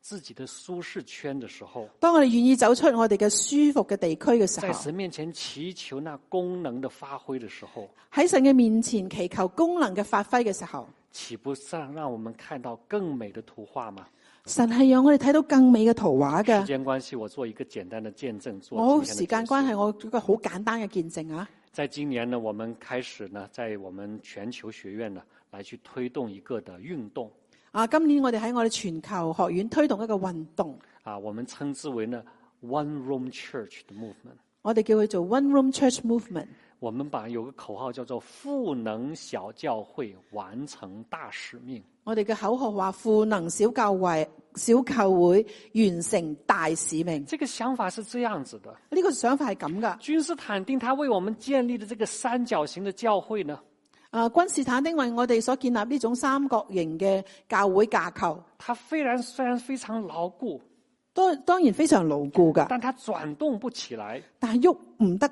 Speaker 1: 自己的舒适圈的时候，
Speaker 2: 当我哋愿意走出我哋嘅舒服嘅地区嘅时
Speaker 1: 在
Speaker 2: 候，
Speaker 1: 神面前祈求那功能的发挥的时候，
Speaker 2: 喺神嘅面前祈求功能嘅发挥嘅时候，
Speaker 1: 岂不是让我们看到更美的图画吗？
Speaker 2: 神系让我哋睇到更美嘅图画
Speaker 1: 时
Speaker 2: 嘅。
Speaker 1: 间关系，我做一个简单的见证。做
Speaker 2: 我
Speaker 1: 今天的
Speaker 2: 哦时间
Speaker 1: 结束
Speaker 2: 关系，我做一个好简单嘅见证啊！
Speaker 1: 在今年呢，我们开始呢，在我们全球学院呢，来去推动一个的运动
Speaker 2: 啊，今年我哋喺我哋全球学院推动一个运动，
Speaker 1: 啊，我们称之为呢 “One Room Church” 的 movement。
Speaker 2: 我哋叫佢做 One Room Church Movement。
Speaker 1: 我们把有个口号叫做“赋能小教会，完成大使命
Speaker 2: 我哋嘅口号话：赋能小教会，小教会完成大使命。”。呢、
Speaker 1: 这个想法是这样子的：
Speaker 2: 个想法系咁噶。
Speaker 1: 君士坦丁他为我们建立的这个三角形的教会呢，
Speaker 2: 啊，君士坦丁为我哋所建立呢种三角形嘅教会架构。
Speaker 1: 它虽然虽然非常牢固，
Speaker 2: 當當然非常牢固噶，
Speaker 1: 但它转动不起来。
Speaker 2: 但係喐唔得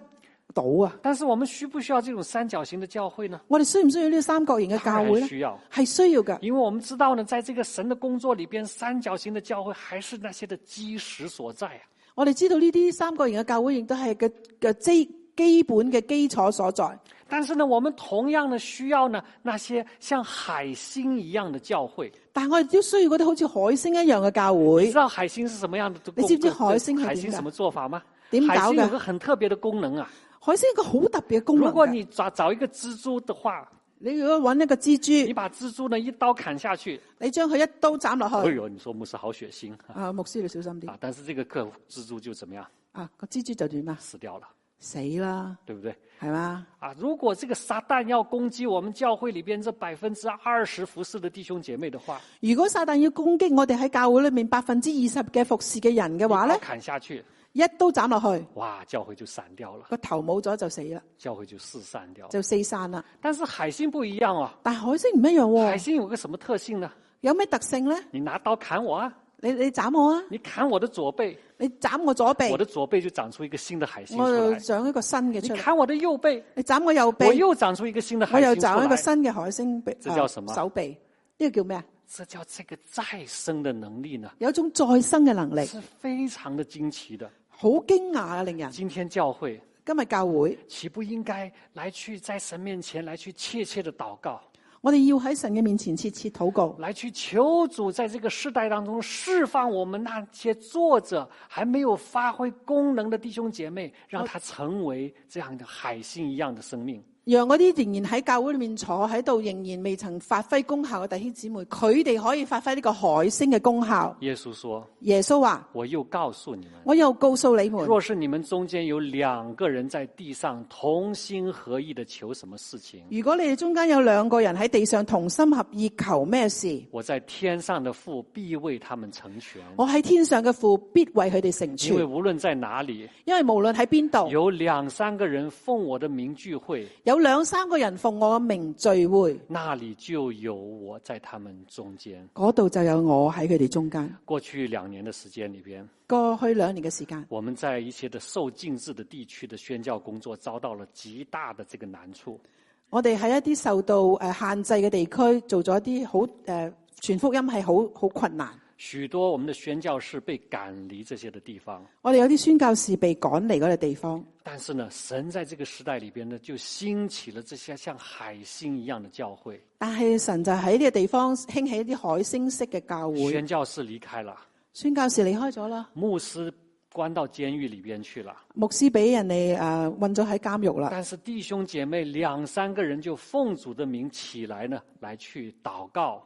Speaker 2: 到啊！
Speaker 1: 但是我们需不需要这种三角形的教会呢？
Speaker 2: 我哋需唔需要呢個三角形嘅教
Speaker 1: 当
Speaker 2: 會
Speaker 1: 然
Speaker 2: 咧？
Speaker 1: 需要。
Speaker 2: 係需要噶，
Speaker 1: 因为我们知道呢，在这个神的工作里边，三角形的教会还是那些的基石所在啊。
Speaker 2: 我哋知道呢啲三角形嘅教會亦都係嘅嘅基基本嘅基礎所在。
Speaker 1: 但是呢，我们同样呢需要呢那些像海星一样的教会。
Speaker 2: 但係我哋都需要嗰啲好似海星一樣嘅教
Speaker 1: 你
Speaker 2: 會
Speaker 1: 知。道海星是什么样的功？
Speaker 2: 你知不知海星是
Speaker 1: 海
Speaker 2: 怎
Speaker 1: 星
Speaker 2: 么
Speaker 1: 什么做法吗？
Speaker 2: 怎么
Speaker 1: 海星
Speaker 2: 搞的
Speaker 1: 有个很特别的功能啊。
Speaker 2: 海星有一個好特別嘅功能
Speaker 1: 如果
Speaker 2: 㗎。
Speaker 1: 你找找一个蜘蛛的话，
Speaker 2: 你如果揾一個蜘
Speaker 1: 你
Speaker 2: 蛛，
Speaker 1: 把蜘蛛呢一刀砍下去，
Speaker 2: 你將佢一刀斬落
Speaker 1: 哎
Speaker 2: 去，
Speaker 1: 呦，你说牧师好血腥啊！
Speaker 2: 啊，牧師你小心啲
Speaker 1: 啊，但是这个客户蜘蛛就怎么样
Speaker 2: 啊！個蜘蛛就點啊？
Speaker 1: 死掉了，
Speaker 2: 死啦，
Speaker 1: 对不对？
Speaker 2: 係嘛？
Speaker 1: 啊，如果这个撒旦要攻击我们教会里边这百分之二十服侍的弟兄姐妹的话，
Speaker 2: 如果撒旦要攻擊我哋喺教會裏面百分之二十嘅服侍嘅人嘅話
Speaker 1: 一刀
Speaker 2: 咧，
Speaker 1: 砍下去，
Speaker 2: 一刀斬落去。
Speaker 1: 哇，教会就散掉了，
Speaker 2: 個頭冇咗就死啦，
Speaker 1: 教会就四散掉了。
Speaker 2: 就四散啦。
Speaker 1: 但是海星不一样哦，
Speaker 2: 但海星唔一樣
Speaker 1: 海
Speaker 2: 喎，
Speaker 1: 星有个什么特性呢？
Speaker 2: 有咩特性咧？
Speaker 1: 你拿刀砍我啊，
Speaker 2: 你你斬我啊，
Speaker 1: 你砍我的左背，
Speaker 2: 你斬我左臂
Speaker 1: 我，的左背就长出一个新的海星出
Speaker 2: 我就
Speaker 1: 来；
Speaker 2: 長一個新嘅
Speaker 1: 你
Speaker 2: 出嚟。
Speaker 1: 砍我的右背，
Speaker 2: 你斬我右臂
Speaker 1: 我，又长出一个新的
Speaker 2: 我
Speaker 1: 海
Speaker 2: 又
Speaker 1: 星出
Speaker 2: 長一個
Speaker 1: 来。
Speaker 2: 新嘅海星臂。
Speaker 1: 這叫
Speaker 2: 呃
Speaker 1: 什麼
Speaker 2: 手臂呢個叫咩啊？
Speaker 1: 这叫这个再生的能力呢，
Speaker 2: 有一種再生嘅能力，
Speaker 1: 是非常的惊奇的。
Speaker 2: 好驚訝啊！令人
Speaker 1: 今天教会
Speaker 2: 今日教會，
Speaker 1: 岂不应该来去在神面前来去切切的祷告，
Speaker 2: 我哋要喺神嘅面前切切禱告，
Speaker 1: 来去求主在这个世代当中释放我们那些坐着还没有发挥功能的弟兄姐妹，让他成为这样的海星一样的生命。
Speaker 2: 讓嗰啲仍然喺教會裏面坐喺度，仍然未曾發揮功效嘅弟兄姊妹，佢哋可以發揮呢個海星嘅功效。
Speaker 1: 耶稣说
Speaker 2: 耶穌話：：“
Speaker 1: 我又告诉你们，
Speaker 2: 我又告訴你們。
Speaker 1: 若是你们中间有两个人在地上同心合意的求什么事情，
Speaker 2: 如果你哋中間有兩個人喺地上同心合意求咩事，
Speaker 1: 我在天上的父必为他们成全。
Speaker 2: 我喺天上嘅父必為佢哋成
Speaker 1: 因
Speaker 2: 全
Speaker 1: 为，无论在哪里，
Speaker 2: 因為無論喺邊度
Speaker 1: 有两三个人奉我的名聚会，
Speaker 2: 有兩三個人奉我嘅名聚會，
Speaker 1: 那里就有我在他们中间。
Speaker 2: 嗰度就有我喺佢哋中間。
Speaker 1: 过去兩年的時間里邊，
Speaker 2: 過去兩年嘅時間，
Speaker 1: 我們在一些的受禁制的地區的宣教工作遭到了極大的这个难處。
Speaker 2: 我哋喺一啲呃受到誒限制嘅地區做咗一啲好誒傳福音係好好困難。
Speaker 1: 许多我们的宣教士被赶离这些的地方，
Speaker 2: 我哋有啲宣教士被趕離嗰個地方，
Speaker 1: 但是呢，神在这个时代里边呢，就兴起了这些像海星一样的教会，
Speaker 2: 但係神就喺呢個地方興起一啲海星式嘅教會。
Speaker 1: 宣教士离开了，
Speaker 2: 宣教士離開咗啦，
Speaker 1: 牧师关到监狱里边去了，
Speaker 2: 牧師俾人哋诶困咗喺監獄啦。
Speaker 1: 但是弟兄姐妹两三个人就奉主的名起来呢，来去祷告，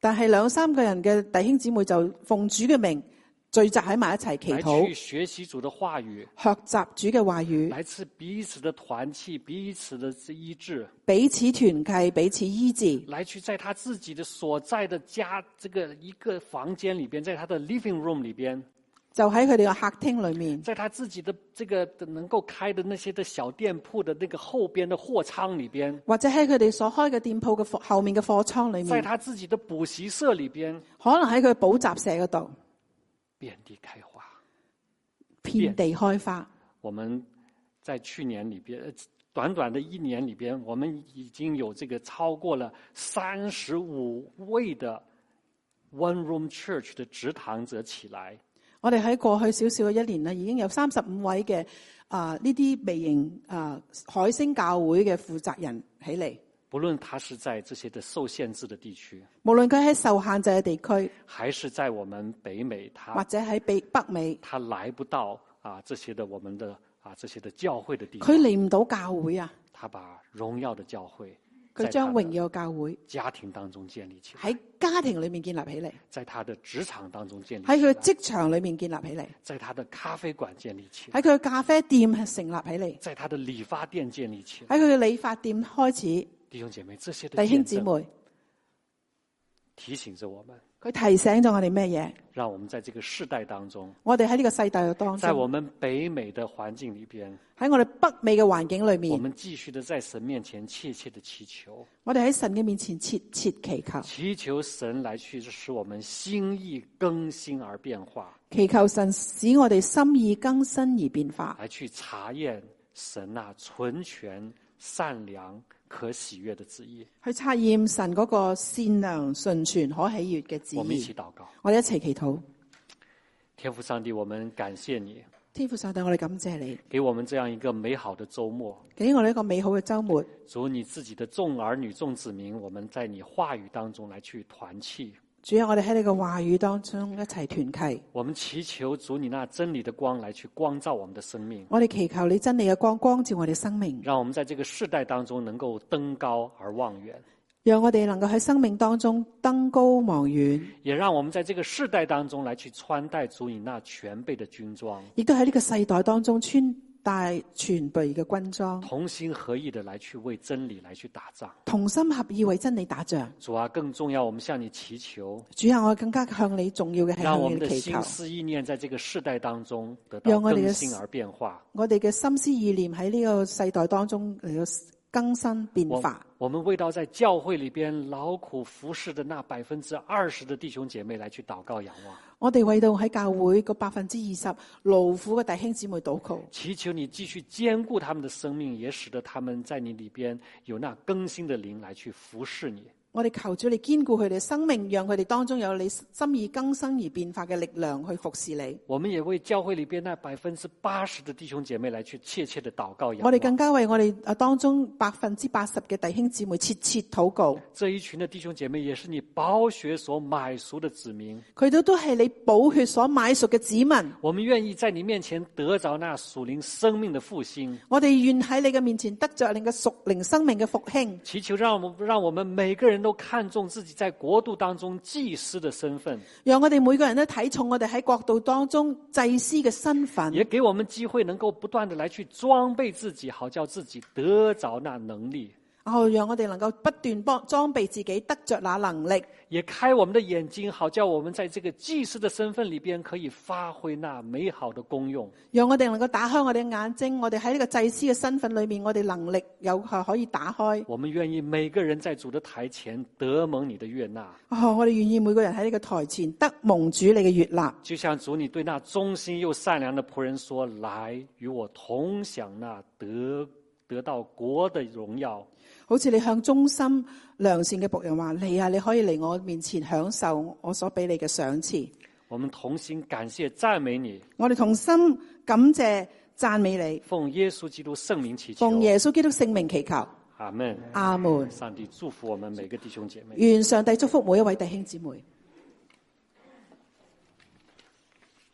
Speaker 2: 但係兩三個人嘅弟兄姊妹就奉主嘅名聚集喺埋一齊祈
Speaker 1: 来
Speaker 2: 禱
Speaker 1: 去，学习主的话语，
Speaker 2: 學習主嘅話語，
Speaker 1: 来自彼此的团契，彼此的医治，
Speaker 2: 彼此團契，彼此醫治。
Speaker 1: 来去在他自己的所在的家这个一个房间里边，在他的 living room 里边，
Speaker 2: 就喺佢哋嘅客廳裏面，
Speaker 1: 在他自己的这个能够开的那些的小店铺的那个后边的货仓里边，
Speaker 2: 或者喺佢哋所開嘅店鋪嘅貨後面嘅貨倉裏
Speaker 1: 在
Speaker 2: 面，
Speaker 1: 他自己的补习社里边，
Speaker 2: 可能喺佢補習社嗰度
Speaker 1: 遍地开花。
Speaker 2: 遍地開花。
Speaker 1: 我们在去年里边，呃短短的一年里边，我们已经有这个超过了三十五位的 One Room Church 的执堂者起来，
Speaker 2: 我哋喺過去少少嘅一年咧，已經有三十五位嘅啊呢啲微型啊、海星教會嘅負責人起嚟，
Speaker 1: 不论他是在这些的受限制的地區，
Speaker 2: 無論佢喺受限制嘅地區，
Speaker 1: 还是在我们北美，
Speaker 2: 或
Speaker 1: 他
Speaker 2: 者喺北北美，
Speaker 1: 他来不到啊这些的我们的啊这些的教会的地方
Speaker 2: 佢，嚟唔到教會啊！
Speaker 1: 他把荣耀的教会
Speaker 2: 佢
Speaker 1: 在
Speaker 2: 將
Speaker 1: 他
Speaker 2: 榮
Speaker 1: 的
Speaker 2: 耀教會
Speaker 1: 家庭当中建立起来，
Speaker 2: 喺家庭裏面建立起嚟，
Speaker 1: 在他的职场当中建立
Speaker 2: 喺
Speaker 1: 起
Speaker 2: 佢
Speaker 1: 来，
Speaker 2: 職場裏面建立起嚟，
Speaker 1: 在他的咖啡馆建立起来。
Speaker 2: 喺佢嘅咖啡店成立起嚟，
Speaker 1: 在他的理发店建立起来。
Speaker 2: 喺佢嘅理髮店開始。
Speaker 1: 弟兄姐妹，这些的
Speaker 2: 弟
Speaker 1: 见
Speaker 2: 兄姊妹
Speaker 1: 证，提醒着我们，
Speaker 2: 佢提醒咗我哋咩嘢？
Speaker 1: 让我们在这个世代当中，
Speaker 2: 我哋喺呢個世代嘅當
Speaker 1: 在我
Speaker 2: 中，
Speaker 1: 们北美的环境里边，
Speaker 2: 喺我哋北美嘅環境裏
Speaker 1: 我
Speaker 2: 面，
Speaker 1: 们继续的在神面前切切的祈求，
Speaker 2: 我哋喺神嘅面前切切祈求。
Speaker 1: 祈求神来去使我们心意更新而变化，
Speaker 2: 祈求神使我哋心意更新而变化，
Speaker 1: 来去查验神那、纯全、善良、可喜悦的旨意。
Speaker 2: 去测验神嗰个善良、纯全、可喜悦嘅旨
Speaker 1: 我们一起
Speaker 2: 意。
Speaker 1: 祷告，
Speaker 2: 我哋一齐祈祷，
Speaker 1: 天父上帝，我们感谢你
Speaker 2: 天父上帝，我哋感谢你，
Speaker 1: 给我们这样一个美好的周末。
Speaker 2: 俾我哋一个美好嘅周末。
Speaker 1: 主你自己的众儿女、众子民，我们在你话语当中来去团契。
Speaker 2: 主啊，我哋喺你嘅话语当中一齐团契，
Speaker 1: 我们祈求主你那真理的光来去光照我们的生命，
Speaker 2: 我哋祈求你真理嘅光光照我哋生命，
Speaker 1: 让我们在这个世代当中能够登高而望远，
Speaker 2: 让我哋能够喺生命当中登高望远，
Speaker 1: 也让我们在这个世代当中来去穿戴主你那全备的军装，
Speaker 2: 亦都喺呢个世代当中穿戴全备嘅军装，
Speaker 1: 同心合意的来去为真理来去打仗。
Speaker 2: 同心合意为真理打仗。
Speaker 1: 主啊，更重要，我们向你祈求，
Speaker 2: 主啊，我更加向你重要嘅系
Speaker 1: 让
Speaker 2: 向
Speaker 1: 我
Speaker 2: 你
Speaker 1: 们的
Speaker 2: 嘅祈
Speaker 1: 心
Speaker 2: 求。
Speaker 1: 思意念在这个世代当中得到
Speaker 2: 让我们
Speaker 1: 更
Speaker 2: 的
Speaker 1: 新而变化。
Speaker 2: 我哋嘅心思意念喺呢個世代當中嚟到更新變化。
Speaker 1: 我们为到在教会里边劳苦服侍的那百分之二十的弟兄姐妹来去祷告仰望，
Speaker 2: 我哋為到喺教會個百分之二十勞苦嘅弟兄姊妹禱告，
Speaker 1: 祈求你继续兼顾他们的生命，也使得他们在你里边有那更新的灵来去服侍你。
Speaker 2: 我哋求主你堅固佢哋生命，讓佢哋當中有你心意更新而變化嘅力量去服侍你。
Speaker 1: 我们也为教会里边那百分之八十的弟兄姐妹来去切切的祷告仰
Speaker 2: 我哋
Speaker 1: 望。
Speaker 2: 更加為我哋啊當中百分之八十嘅弟兄姊妹切切禱告，
Speaker 1: 这一群的弟兄姐妹也是你宝血所买赎的子民，
Speaker 2: 佢哋都係你寶血所買贖嘅子民。
Speaker 1: 我们愿意在你面前得着那属灵生命的复兴。
Speaker 2: 我哋願喺你嘅面前得着你嘅屬靈生命嘅復興。
Speaker 1: 祈求让我们让我们每个人都看重自己在国度当中祭司的身份，
Speaker 2: 让我哋每個人都睇重我哋喺國度當中祭司嘅身份，
Speaker 1: 也给我们机会能够不断的来去装备自己，好叫自己得着那能力，
Speaker 2: 然後哦讓我哋能夠不斷幫裝備自己，得着那能力，
Speaker 1: 也开我们的眼睛，好叫我们在这个祭司的身份里边可以发挥那美好的功用。
Speaker 2: 讓我哋能夠打開我哋嘅眼睛，我哋喺呢個祭司嘅身份裏面，我哋能力有係可以打開。
Speaker 1: 我们愿意每个人在主的台前得蒙你的悦纳，
Speaker 2: 哦，我哋願意每個人喺呢個台前得蒙主你嘅悦納，
Speaker 1: 就像主你对那忠心又善良的仆人说：“来，与我同享那得得到国的荣耀。
Speaker 2: 好似你向忠心良善嘅仆人話：你啊，你可以嚟我面前享受我所俾你嘅賞賜。
Speaker 1: 我们同心感谢赞美你，
Speaker 2: 我哋同心感謝讚美你，
Speaker 1: 奉耶稣基督圣名祈求。
Speaker 2: 奉耶穌基督聖名祈求，
Speaker 1: 阿门。
Speaker 2: 阿門。
Speaker 1: 上帝祝福我们每个弟兄姐妹。
Speaker 2: 願上帝祝福每一位弟兄姊妹。